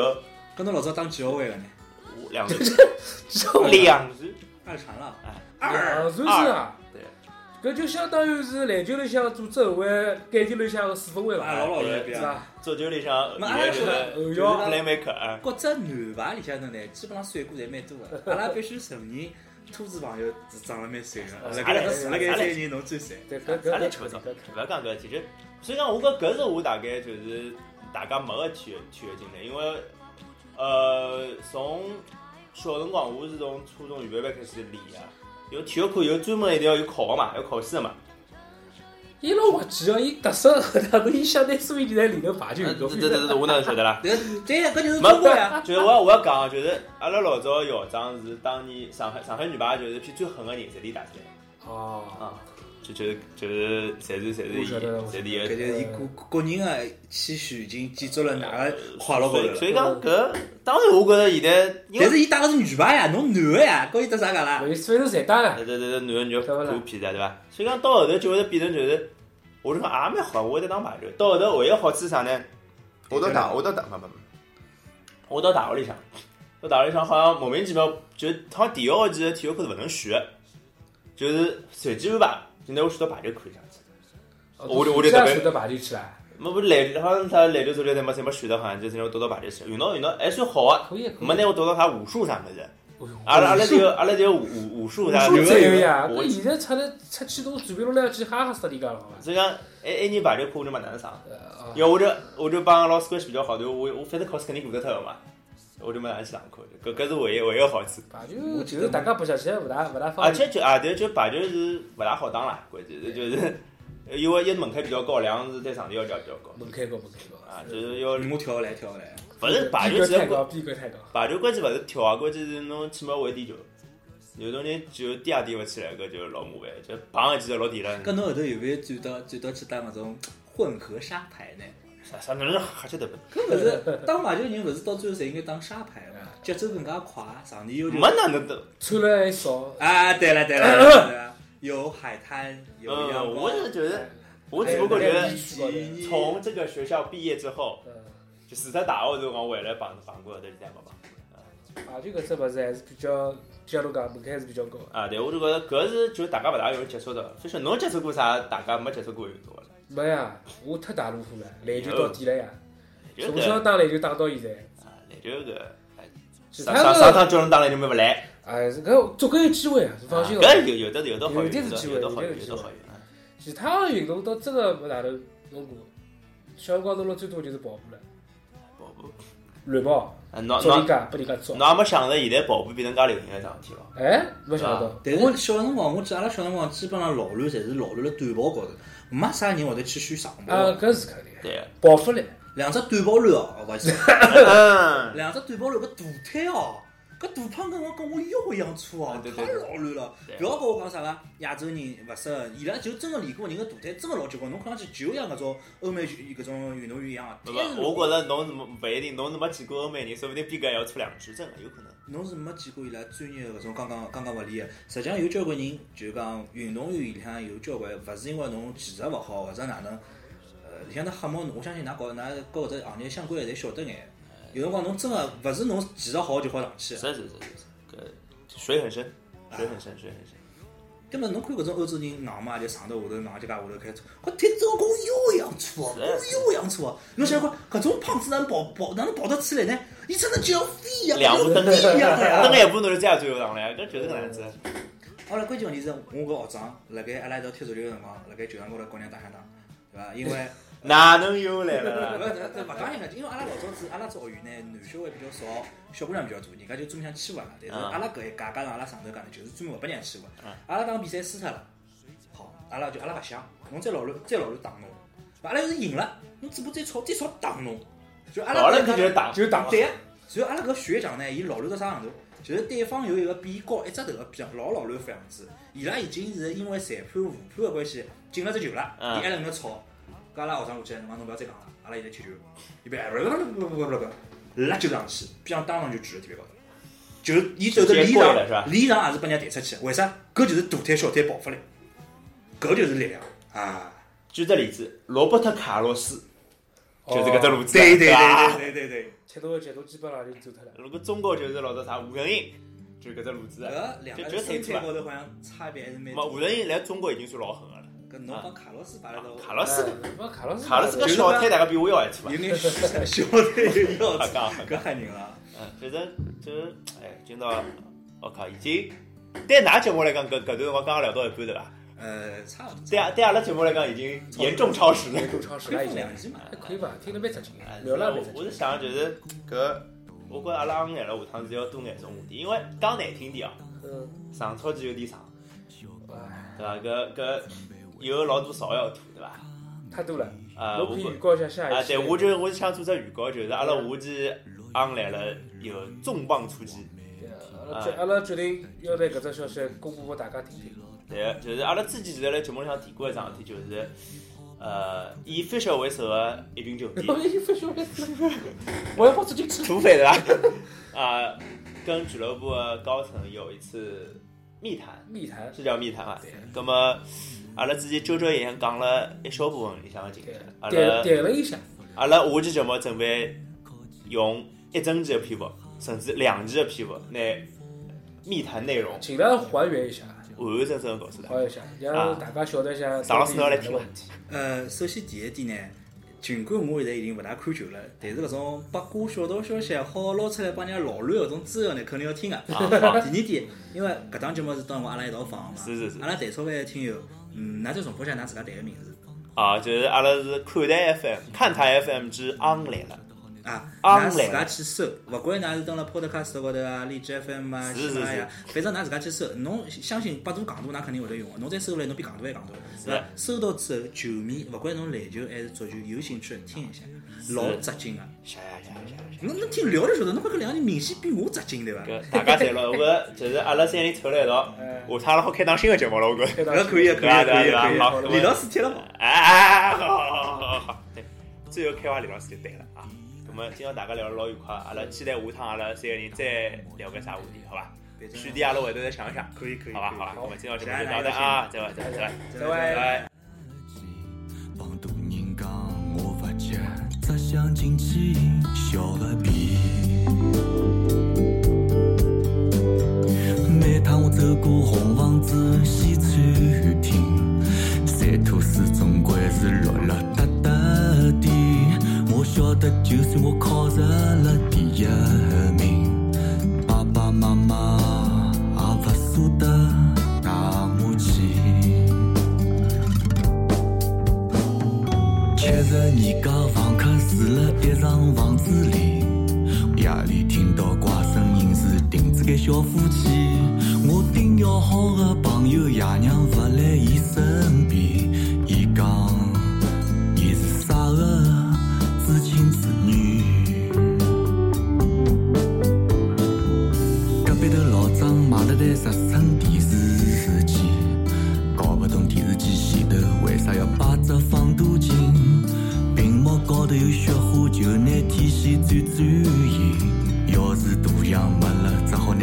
[SPEAKER 4] 搿侬老早当几号位了呢？
[SPEAKER 2] 我两次，
[SPEAKER 3] [LAUGHS]
[SPEAKER 2] 两次，
[SPEAKER 4] 二传了，
[SPEAKER 2] 哎
[SPEAKER 4] 哎
[SPEAKER 3] 两传是啊，
[SPEAKER 2] 对，
[SPEAKER 3] 搿就相当于是篮球里向组织后卫，橄榄里向个四分卫
[SPEAKER 4] 啊
[SPEAKER 2] 哎
[SPEAKER 3] 伐？
[SPEAKER 4] 老老牛逼
[SPEAKER 3] 是
[SPEAKER 4] 啊！
[SPEAKER 3] 伐？
[SPEAKER 2] 足球里向
[SPEAKER 4] 那阿拉
[SPEAKER 2] 也
[SPEAKER 4] 说
[SPEAKER 2] 是
[SPEAKER 4] 的
[SPEAKER 3] 后
[SPEAKER 2] 就是
[SPEAKER 3] 腰，
[SPEAKER 2] playmaker 啊，
[SPEAKER 4] 各只男排里向头呢，基本上帅哥侪蛮多
[SPEAKER 2] 哎
[SPEAKER 4] 个。阿拉必须承认，兔子朋友是长得蛮帅个。
[SPEAKER 2] 哎
[SPEAKER 4] 辣盖辣盖三个人，侬最帅。
[SPEAKER 3] 对搿
[SPEAKER 2] 啥
[SPEAKER 3] 搿
[SPEAKER 2] 来
[SPEAKER 3] 搿
[SPEAKER 2] 扯
[SPEAKER 3] 搿
[SPEAKER 2] 上
[SPEAKER 3] 搿
[SPEAKER 2] 勿要讲搿，其实所以讲我搿搿是我大概就是大家没个体育体育经历，因为呃从小辰光我是从初中预备班开始练个，有体育课有专门一定要有考个嘛，要考试个嘛，
[SPEAKER 3] 伊老滑稽哦，伊特色后头，侬伊想拿所有人在里头排球
[SPEAKER 2] 对
[SPEAKER 3] 运动
[SPEAKER 2] 啊对对对，我哪能晓得
[SPEAKER 3] [LAUGHS]
[SPEAKER 2] 啦？
[SPEAKER 4] 对对，搿就是中国呀！
[SPEAKER 2] 就是我要我要讲啊，就是阿拉老早校长是当年上海上海女排就是批最狠个人，侪练大赛
[SPEAKER 3] 哦，
[SPEAKER 2] 啊，就就是就是侪是侪是
[SPEAKER 3] 我
[SPEAKER 2] 伊
[SPEAKER 3] 晓得我
[SPEAKER 2] 侪
[SPEAKER 3] 晓
[SPEAKER 2] 是
[SPEAKER 3] 得
[SPEAKER 2] 伊个
[SPEAKER 4] 搿就是伊个个人个期许已经建筑了㑚个快乐高头
[SPEAKER 2] 所以呃所
[SPEAKER 4] 了。
[SPEAKER 2] 以讲搿当然我觉着现在因为
[SPEAKER 4] 但是伊打个是女排呀，侬男个呀，搿伊搭啥讲啦？
[SPEAKER 3] 没反正侪打了，
[SPEAKER 2] 哎对对对对，男的女
[SPEAKER 3] 对不
[SPEAKER 2] 的
[SPEAKER 3] 啦
[SPEAKER 2] 看片子对伐？所以讲到后头就会变成就是，我就讲也蛮好，我会得打排球。到后头唯一好处是啥呢？我到大，我到大，没没没，我到大学里向，到大学里向好像莫名其妙，就好像第一学期的体育课是勿能选的，就是随机安排，就拿我选到排球课里向去。我就我就
[SPEAKER 3] 这
[SPEAKER 2] 特
[SPEAKER 3] 样
[SPEAKER 2] 别
[SPEAKER 3] 选择排球去啦，
[SPEAKER 2] 没不篮，好像啥篮球、足球侪没侪没选的，好像就是拿我读到排球去。运动运动还算好啊，
[SPEAKER 3] 可以可以。
[SPEAKER 2] 没拿我读到啥武术啥物事。
[SPEAKER 3] 哎呦
[SPEAKER 2] 阿拉阿拉就阿拉就武武武术啥
[SPEAKER 3] 武
[SPEAKER 2] 物
[SPEAKER 3] 术
[SPEAKER 2] 事。
[SPEAKER 3] 才有呀，
[SPEAKER 2] 我
[SPEAKER 3] 搿现在出来出去都随便弄两句，哈哈死人家了，好伐？
[SPEAKER 2] 所以讲，哎哎，你排球课我就没哪能上。
[SPEAKER 3] 呃啊
[SPEAKER 2] 因为我就我就帮老师关系比较好，就我我反正考试肯定过得脱的嘛，我就没哪能去上课，搿搿是唯一唯一个好处。
[SPEAKER 3] 排球就是大家白相起来勿大勿大
[SPEAKER 2] 而
[SPEAKER 3] 方便。
[SPEAKER 2] 且就啊，对，就排球是勿大好打啦，关键是就是，因为一门槛比较高，两是对场地要求比较高
[SPEAKER 3] 门槛高，门槛高
[SPEAKER 2] 啊，就是要
[SPEAKER 4] 我跳来跳来，
[SPEAKER 2] 勿是排
[SPEAKER 3] 逼
[SPEAKER 2] 球
[SPEAKER 3] 格
[SPEAKER 2] 其实
[SPEAKER 3] 太
[SPEAKER 2] 关
[SPEAKER 3] 高，逼格太高。
[SPEAKER 2] 排球关键勿是跳啊，关键是侬起码会点球，有种人就点也点勿起来，搿就老麻烦，就砰一记就落地了。
[SPEAKER 4] 搿侬后头有没有转到转到去打搿种混合沙排呢？
[SPEAKER 2] 啥啥哪能瞎吃得本？
[SPEAKER 4] 搿勿是打排球人，勿是到最后侪应该打沙排嘛？节奏更加快，场地要求
[SPEAKER 2] 啊没哪能的。
[SPEAKER 3] 穿了还少，
[SPEAKER 4] 啊！对了对了对了，对了有海滩，有
[SPEAKER 2] 嗯
[SPEAKER 4] 阳光，哎
[SPEAKER 2] 我是觉得我
[SPEAKER 3] 还
[SPEAKER 2] 只
[SPEAKER 3] 有
[SPEAKER 2] 不过觉
[SPEAKER 3] 那
[SPEAKER 2] 得
[SPEAKER 3] 个。
[SPEAKER 4] 洗衣
[SPEAKER 2] 从这个学校毕业之后，
[SPEAKER 3] 嗯，
[SPEAKER 2] 就除脱大学辰光回来绑绑过，但是再没绑过。
[SPEAKER 3] 排球搿只物事还是比较，就像侬讲门槛还是比较高的。
[SPEAKER 2] 啊，对，我就觉着搿是就大家勿大容易接触到。飞雪，侬接触过啥？大家没接触过运动了？
[SPEAKER 3] 没呀，我太大路虎了，篮球到底了呀，
[SPEAKER 2] 就
[SPEAKER 3] 从
[SPEAKER 2] 搿
[SPEAKER 3] 小打篮球打到现在。
[SPEAKER 2] 啊，篮球搿哎
[SPEAKER 3] 其
[SPEAKER 2] 上
[SPEAKER 3] 他
[SPEAKER 2] 上上
[SPEAKER 3] 个，
[SPEAKER 2] 趟叫侬打篮球没勿来，
[SPEAKER 3] 哎，搿总归有机会啊，放心哦。
[SPEAKER 2] 搿有有的有的好
[SPEAKER 3] 有
[SPEAKER 2] 运，
[SPEAKER 3] 的
[SPEAKER 2] 有
[SPEAKER 3] 是
[SPEAKER 2] 的
[SPEAKER 3] 机会
[SPEAKER 2] 有的好
[SPEAKER 3] 有的
[SPEAKER 2] 运，
[SPEAKER 3] 是
[SPEAKER 2] 有的
[SPEAKER 3] 机会
[SPEAKER 2] 好运。啊
[SPEAKER 3] 其他个运动到真个没哪能弄过，小辰光弄了最多就是跑步了，
[SPEAKER 2] 跑步
[SPEAKER 3] 乱跑，
[SPEAKER 2] 啊，侬
[SPEAKER 3] 捉人
[SPEAKER 2] 侬
[SPEAKER 3] 家，拨人家抓。
[SPEAKER 2] 侬也没想着现在跑步变成介流行个桩事体咯？
[SPEAKER 3] 哎，没想
[SPEAKER 2] 啊
[SPEAKER 3] 到，
[SPEAKER 4] 但是小辰光，我记得阿拉小辰光基本上老卵侪是老卵辣短跑高头，没啥人会得去选长
[SPEAKER 3] 啊
[SPEAKER 2] 呃
[SPEAKER 4] 跑。，
[SPEAKER 3] 搿是肯定的，
[SPEAKER 2] 对，
[SPEAKER 3] 跑勿来。
[SPEAKER 4] 两只短跑乱哦，勿是，
[SPEAKER 2] [LAUGHS] 嗯，
[SPEAKER 4] 两只短跑乱搿大腿哦，搿大胖跟我跟我腰一样粗哦
[SPEAKER 2] 啊，对
[SPEAKER 4] 太
[SPEAKER 2] 对
[SPEAKER 4] 老卵了。
[SPEAKER 2] 对
[SPEAKER 4] 勿要跟我讲啥个亚洲人勿适合，伊拉就真个练过人个大腿，真个老结棍。侬看上去就像搿种欧美搿种运动员一样，
[SPEAKER 2] 不
[SPEAKER 4] 但是
[SPEAKER 2] 不，我觉着侬是没勿一定，侬是没见过欧美人，说不定比搿还要粗两句，真个有可能。
[SPEAKER 4] 侬是没见过伊拉专业搿种刚刚刚刚勿练个，实际上有交关人就讲运动员里向有交关，勿是因为侬技术勿好或者哪能，呃，里向的黑幕，我相信㑚搞㑚搞搿只行业相关的侪晓得
[SPEAKER 2] 哎
[SPEAKER 4] 眼。有辰光侬真个勿是侬技术好就好上去
[SPEAKER 2] 是
[SPEAKER 4] 的。
[SPEAKER 2] 是是是，搿水很深，水很深，水很深。
[SPEAKER 4] 那么侬看搿种欧洲人硬嘛，就上到下头硬就介下头开搓，搿踢中国又一样搓，又一样搓。侬想看搿种胖子哪能跑跑哪能跑得出来呢？伊真的就要飞一样，
[SPEAKER 2] 两步
[SPEAKER 4] 跟
[SPEAKER 2] 登
[SPEAKER 4] 飞一样的呀
[SPEAKER 2] 登。一步侬就这样最后上来，搿就是搿能子。
[SPEAKER 4] 后来关键问题是，我搿学长辣盖阿拉一道踢足球个辰光，辣盖球场高头跟人家打相打，对伐？因为
[SPEAKER 2] 哪能又来
[SPEAKER 4] 勿
[SPEAKER 2] 了？
[SPEAKER 4] 勿勿讲人家，因为阿拉老早子阿拉只学院呢，男小孩比较少，小姑娘比较多，人家就专门想欺负阿拉。但是
[SPEAKER 2] 嗯
[SPEAKER 4] 阿拉搿一届加上阿拉上头讲呢，就是专门勿拨人家欺负
[SPEAKER 2] 嗯。
[SPEAKER 4] 阿拉打比赛输脱了，好，阿拉就阿拉勿想，侬再老乱再老乱打侬，阿拉要是赢了，侬嘴巴再吵再吵打侬，就阿拉
[SPEAKER 2] 老了
[SPEAKER 4] 搿
[SPEAKER 2] 搿就是打，
[SPEAKER 3] 就打
[SPEAKER 4] 对呀，然后阿拉搿学长呢，伊老卵到啥程度？就是对方有一个比伊高一只头个比老老卵副样子，伊拉已经是因为裁判误判个关系进了只球了，
[SPEAKER 2] 嗯
[SPEAKER 4] 伊还辣那吵，搿阿拉学生下去，侬讲侬勿要再讲了，阿拉现在踢球，伊被不不不不不不，辣就上去，比方当场就举了地板高头，就伊走的
[SPEAKER 2] 直接
[SPEAKER 4] 离
[SPEAKER 2] 跪了是吧
[SPEAKER 4] 场，离场也是被人家弹出去，为啥？搿就是大腿小腿爆发力，搿就是力量啊！
[SPEAKER 2] 举个例子，罗伯特卡洛斯
[SPEAKER 3] 哦
[SPEAKER 2] 就是搿只路子啊。
[SPEAKER 4] 对对
[SPEAKER 2] 是吧
[SPEAKER 4] 对对对对
[SPEAKER 3] 踢到个节奏基本上就走脱了。
[SPEAKER 2] 如果中国就是老早啥吴承英，就是搿只路子
[SPEAKER 4] 对，
[SPEAKER 2] 啊。
[SPEAKER 4] 搿两
[SPEAKER 2] 就
[SPEAKER 4] 个
[SPEAKER 2] 就
[SPEAKER 4] 身
[SPEAKER 2] 退
[SPEAKER 4] 材
[SPEAKER 2] 出来
[SPEAKER 4] 高头好像差别还是蛮
[SPEAKER 2] 嘛，
[SPEAKER 4] 大
[SPEAKER 2] 吴承英来中国已经算老狠个了。
[SPEAKER 4] 搿侬帮卡洛斯摆辣头，
[SPEAKER 2] 卡洛斯
[SPEAKER 4] 啊
[SPEAKER 3] 哎，没卡洛斯，
[SPEAKER 2] 啊卡洛斯搿小腿大概比我要还粗吧
[SPEAKER 4] 有？眼小的有要
[SPEAKER 2] 瞎讲瞎
[SPEAKER 4] 搿
[SPEAKER 2] 讲。
[SPEAKER 4] 吓人了。
[SPEAKER 2] 嗯，反正就是，哎，今朝我靠，已经对㑚节目来讲，搿搿段辰光刚刚聊到一半对伐？
[SPEAKER 4] 呃，差不多。
[SPEAKER 2] 对啊，对阿拉节目来讲已经严重超时了。
[SPEAKER 3] 够超时
[SPEAKER 4] 可
[SPEAKER 3] 了
[SPEAKER 4] 以
[SPEAKER 3] 已经
[SPEAKER 4] 分两。期嘛。
[SPEAKER 3] 还可以吧，听得蛮扎劲
[SPEAKER 2] 哎
[SPEAKER 3] [LAUGHS] 的，聊了蛮
[SPEAKER 2] 我
[SPEAKER 3] 扎
[SPEAKER 2] 我是
[SPEAKER 3] 劲
[SPEAKER 2] 想就是搿，我觉着阿拉行眼了，下趟是要多眼种话题，因为讲难听点哦，
[SPEAKER 3] 的。嗯，
[SPEAKER 2] 上超级有点长，
[SPEAKER 3] 哎，
[SPEAKER 2] 对伐？搿搿有老多槽要吐，对伐？
[SPEAKER 3] 太多了。
[SPEAKER 2] 啊，
[SPEAKER 3] 侬
[SPEAKER 2] 我
[SPEAKER 3] 可以
[SPEAKER 2] 觉
[SPEAKER 3] 预告一下下
[SPEAKER 2] 啊，
[SPEAKER 3] 一期。
[SPEAKER 2] 对，我就我是想做只预告，就是阿拉下期昂来了有重磅出击，
[SPEAKER 3] 对阿拉决阿拉决定要拿搿只消息公布拨大家听听。
[SPEAKER 2] 对，就是阿拉之前其实辣节目里向提过一桩事体，就是呃以 Fisher 为首的一群球
[SPEAKER 3] [LAUGHS] 我
[SPEAKER 2] 队，
[SPEAKER 3] 已经不晓得，我要跑出去吃。
[SPEAKER 2] 土匪对伐？啊，跟俱乐部的高层有一次密谈。
[SPEAKER 3] 密谈，
[SPEAKER 2] 是叫密谈啊
[SPEAKER 3] 对。
[SPEAKER 2] 那么，阿拉之前周周也讲了一小部分里向的景
[SPEAKER 3] 对
[SPEAKER 2] 点，阿
[SPEAKER 3] 点
[SPEAKER 2] 拉
[SPEAKER 3] 点了一下，
[SPEAKER 2] 阿拉下期节目准备用一整期的篇幅，甚至两期的篇幅，拿密谈内容
[SPEAKER 3] 尽量还原一下，
[SPEAKER 2] 完完整整的告诉
[SPEAKER 3] 还
[SPEAKER 2] 他。
[SPEAKER 3] 原一下，
[SPEAKER 2] 啊
[SPEAKER 3] 让大家晓得一下
[SPEAKER 2] 上老师拿
[SPEAKER 3] 到底
[SPEAKER 2] 来
[SPEAKER 3] 哪
[SPEAKER 2] 听
[SPEAKER 3] 个问题。
[SPEAKER 4] 呃，首先第一点呢，尽管我现在已经勿大看球了，但是搿种八卦小道消息也好捞出来帮人家老乱搿种资料呢，肯定要听个。
[SPEAKER 2] 啊，好，
[SPEAKER 4] 第二点，因为搿档节目是当我阿拉一道放的嘛，
[SPEAKER 2] 是是是
[SPEAKER 4] 阿拉台超班的听友，嗯，㑚再重复一下㑚自家台个名字
[SPEAKER 2] 啊，就是阿拉是看台 FM，看台 FM 之昂来了，
[SPEAKER 4] 啊，
[SPEAKER 2] 昂
[SPEAKER 4] 㑚
[SPEAKER 2] 来
[SPEAKER 4] 自家去搜，勿管㑚是登了 Podcast 高头啊、荔枝 FM 啊、
[SPEAKER 2] 是是
[SPEAKER 4] 喜马拉雅，反正㑚自家去搜，侬相信百度戆大，㑚肯定会得用个。侬再搜下来，侬比戆大还戆大，
[SPEAKER 2] 是
[SPEAKER 4] 对伐？搜到之后，球迷勿管侬篮球还是足球，有兴趣听一下，老扎劲个。
[SPEAKER 2] 谢谢谢谢谢谢。
[SPEAKER 4] 侬侬听聊着晓得，侬看搿两个人明显比我扎劲，对伐？
[SPEAKER 2] 搿大家侪乐，我就是阿拉三人凑了一
[SPEAKER 3] [LAUGHS]
[SPEAKER 2] 道，
[SPEAKER 3] 嗯
[SPEAKER 2] 下趟阿拉好开档新的节目了，我觉得。
[SPEAKER 3] 搿
[SPEAKER 4] 搿可以，可以，
[SPEAKER 2] 对啊
[SPEAKER 4] 可以，
[SPEAKER 2] 对啊
[SPEAKER 4] 可
[SPEAKER 2] 对啊好
[SPEAKER 4] 以。李老师贴了嘛？
[SPEAKER 2] 哎哎哎，好好好好好，对，最后开挖李老师就对了啊。那么今朝大家聊得老愉快，阿拉期待下趟阿拉三个人再聊个啥话题，好吧？具体阿拉回头再想一想，
[SPEAKER 4] 可以，可以，
[SPEAKER 2] 好吧？
[SPEAKER 4] 可以
[SPEAKER 2] 好吧，
[SPEAKER 4] 可以
[SPEAKER 2] 那么今朝节目就到这啊，再会再会再会
[SPEAKER 3] 再
[SPEAKER 2] 拜
[SPEAKER 3] 会。
[SPEAKER 2] 拜。
[SPEAKER 5] 帮大人讲我勿急，只想进去小个皮。每趟我走过红房子西餐厅，三吐四总归是落落搭搭的。我晓得，就算我考着了第一名，爸爸妈妈也勿舍得带我去。吃着人家房客住了一幢房子里，夜里听到怪声音是停子间小夫妻。我顶要好的朋友爷娘勿来伊身边，伊讲伊是啥个知青子女。隔壁头老张买了台十寸电视机，搞不懂电视机前头为啥要摆只放大镜。屏幕高头有雪花，就拿天线转转移。要是大洋没了只好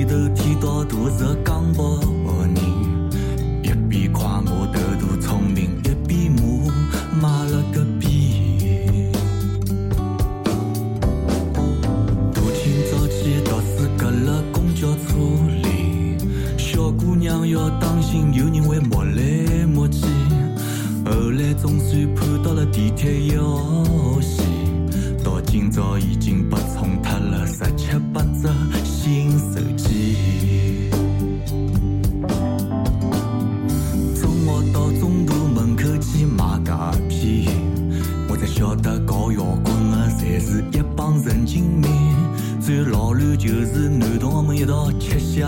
[SPEAKER 5] 是江北人，一边快马头大聪明，一边马买了个遍。大清早起读书，搿辣公交车里，小姑娘要当心，有人会摸来摸去。后来总算盼到了地铁钥匙，到今朝已经被冲脱了十七八只新手机。中学到中大门口去买假片，我才晓得搞摇滚的侪是一帮神经病。最老卵就是男同学们一道吃香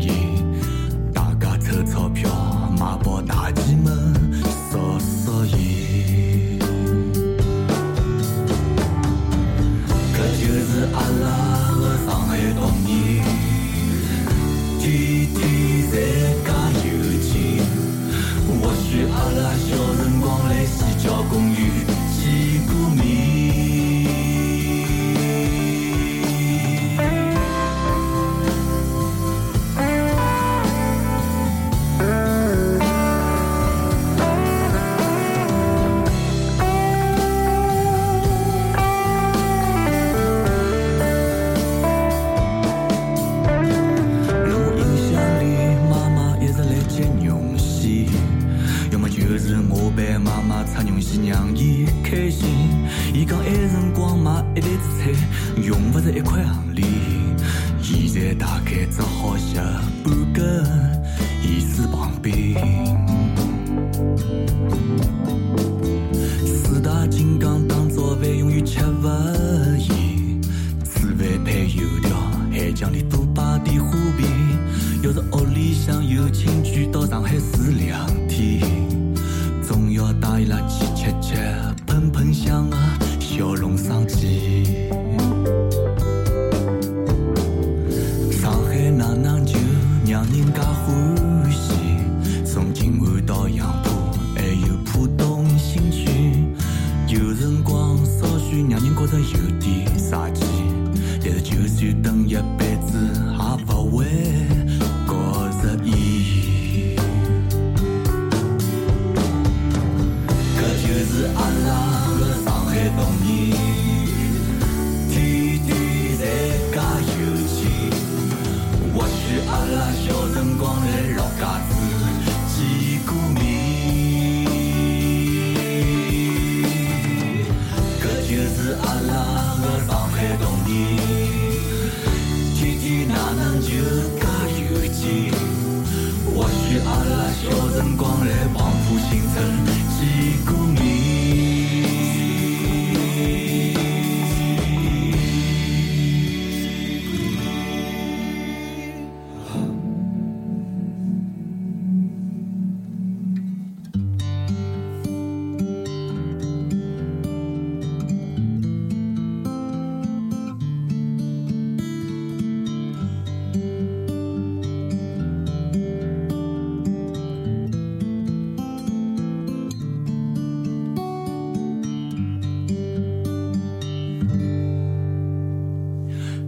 [SPEAKER 5] 烟，大家凑钞票买包大气门烧烧烟。搿就是阿拉的上海童年。天天侪加油劲。或许阿拉小辰光来西郊公园见过面。我印象里，妈妈一直辣接绒线，要么就是我陪妈妈擦绒线，让伊开心。伊讲埃辰光买一篮子菜，用勿着一块行钿。现在大概只好吸半根盐水棒冰。四大金刚当早饭永远吃勿厌，吃饭配油条，海浆里多摆点花瓶。要是屋里向有亲眷到上海住两天，总要带伊拉去吃吃喷喷香啊的小笼生鸡。上海哪能就让人家欢喜？从静安到杨浦，还有浦东新区，有辰光稍许让人觉着有点傻气，但是就算等一辈子，也勿会觉着厌。搿就是阿拉的上海童年，天天侪加油钱。或许阿拉小辰光来老家子见过面，搿就是阿拉的上海童年。天天哪能就介有劲？或许阿拉小辰光来黄浦新城见过面。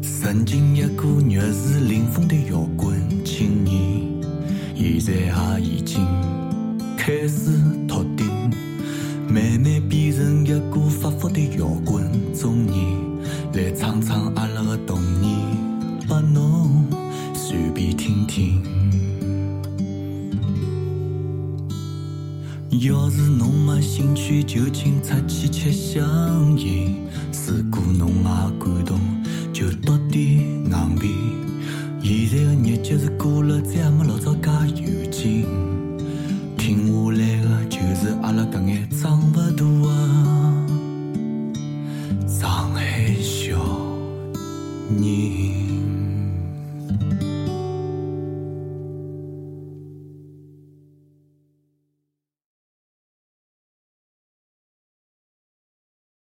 [SPEAKER 5] 曾经一个热是领风的摇滚青年，现在也已经开始托顶，慢慢变成一个发福的摇滚中年，来唱唱阿拉的童年，拨侬随便听听。要是侬没兴趣，就请出去吃香烟。如果侬也感动，就到底硬皮。现在的日脚是过了，再也没老早介有劲。停下来的就是阿拉搿眼长勿大啊的上海小人。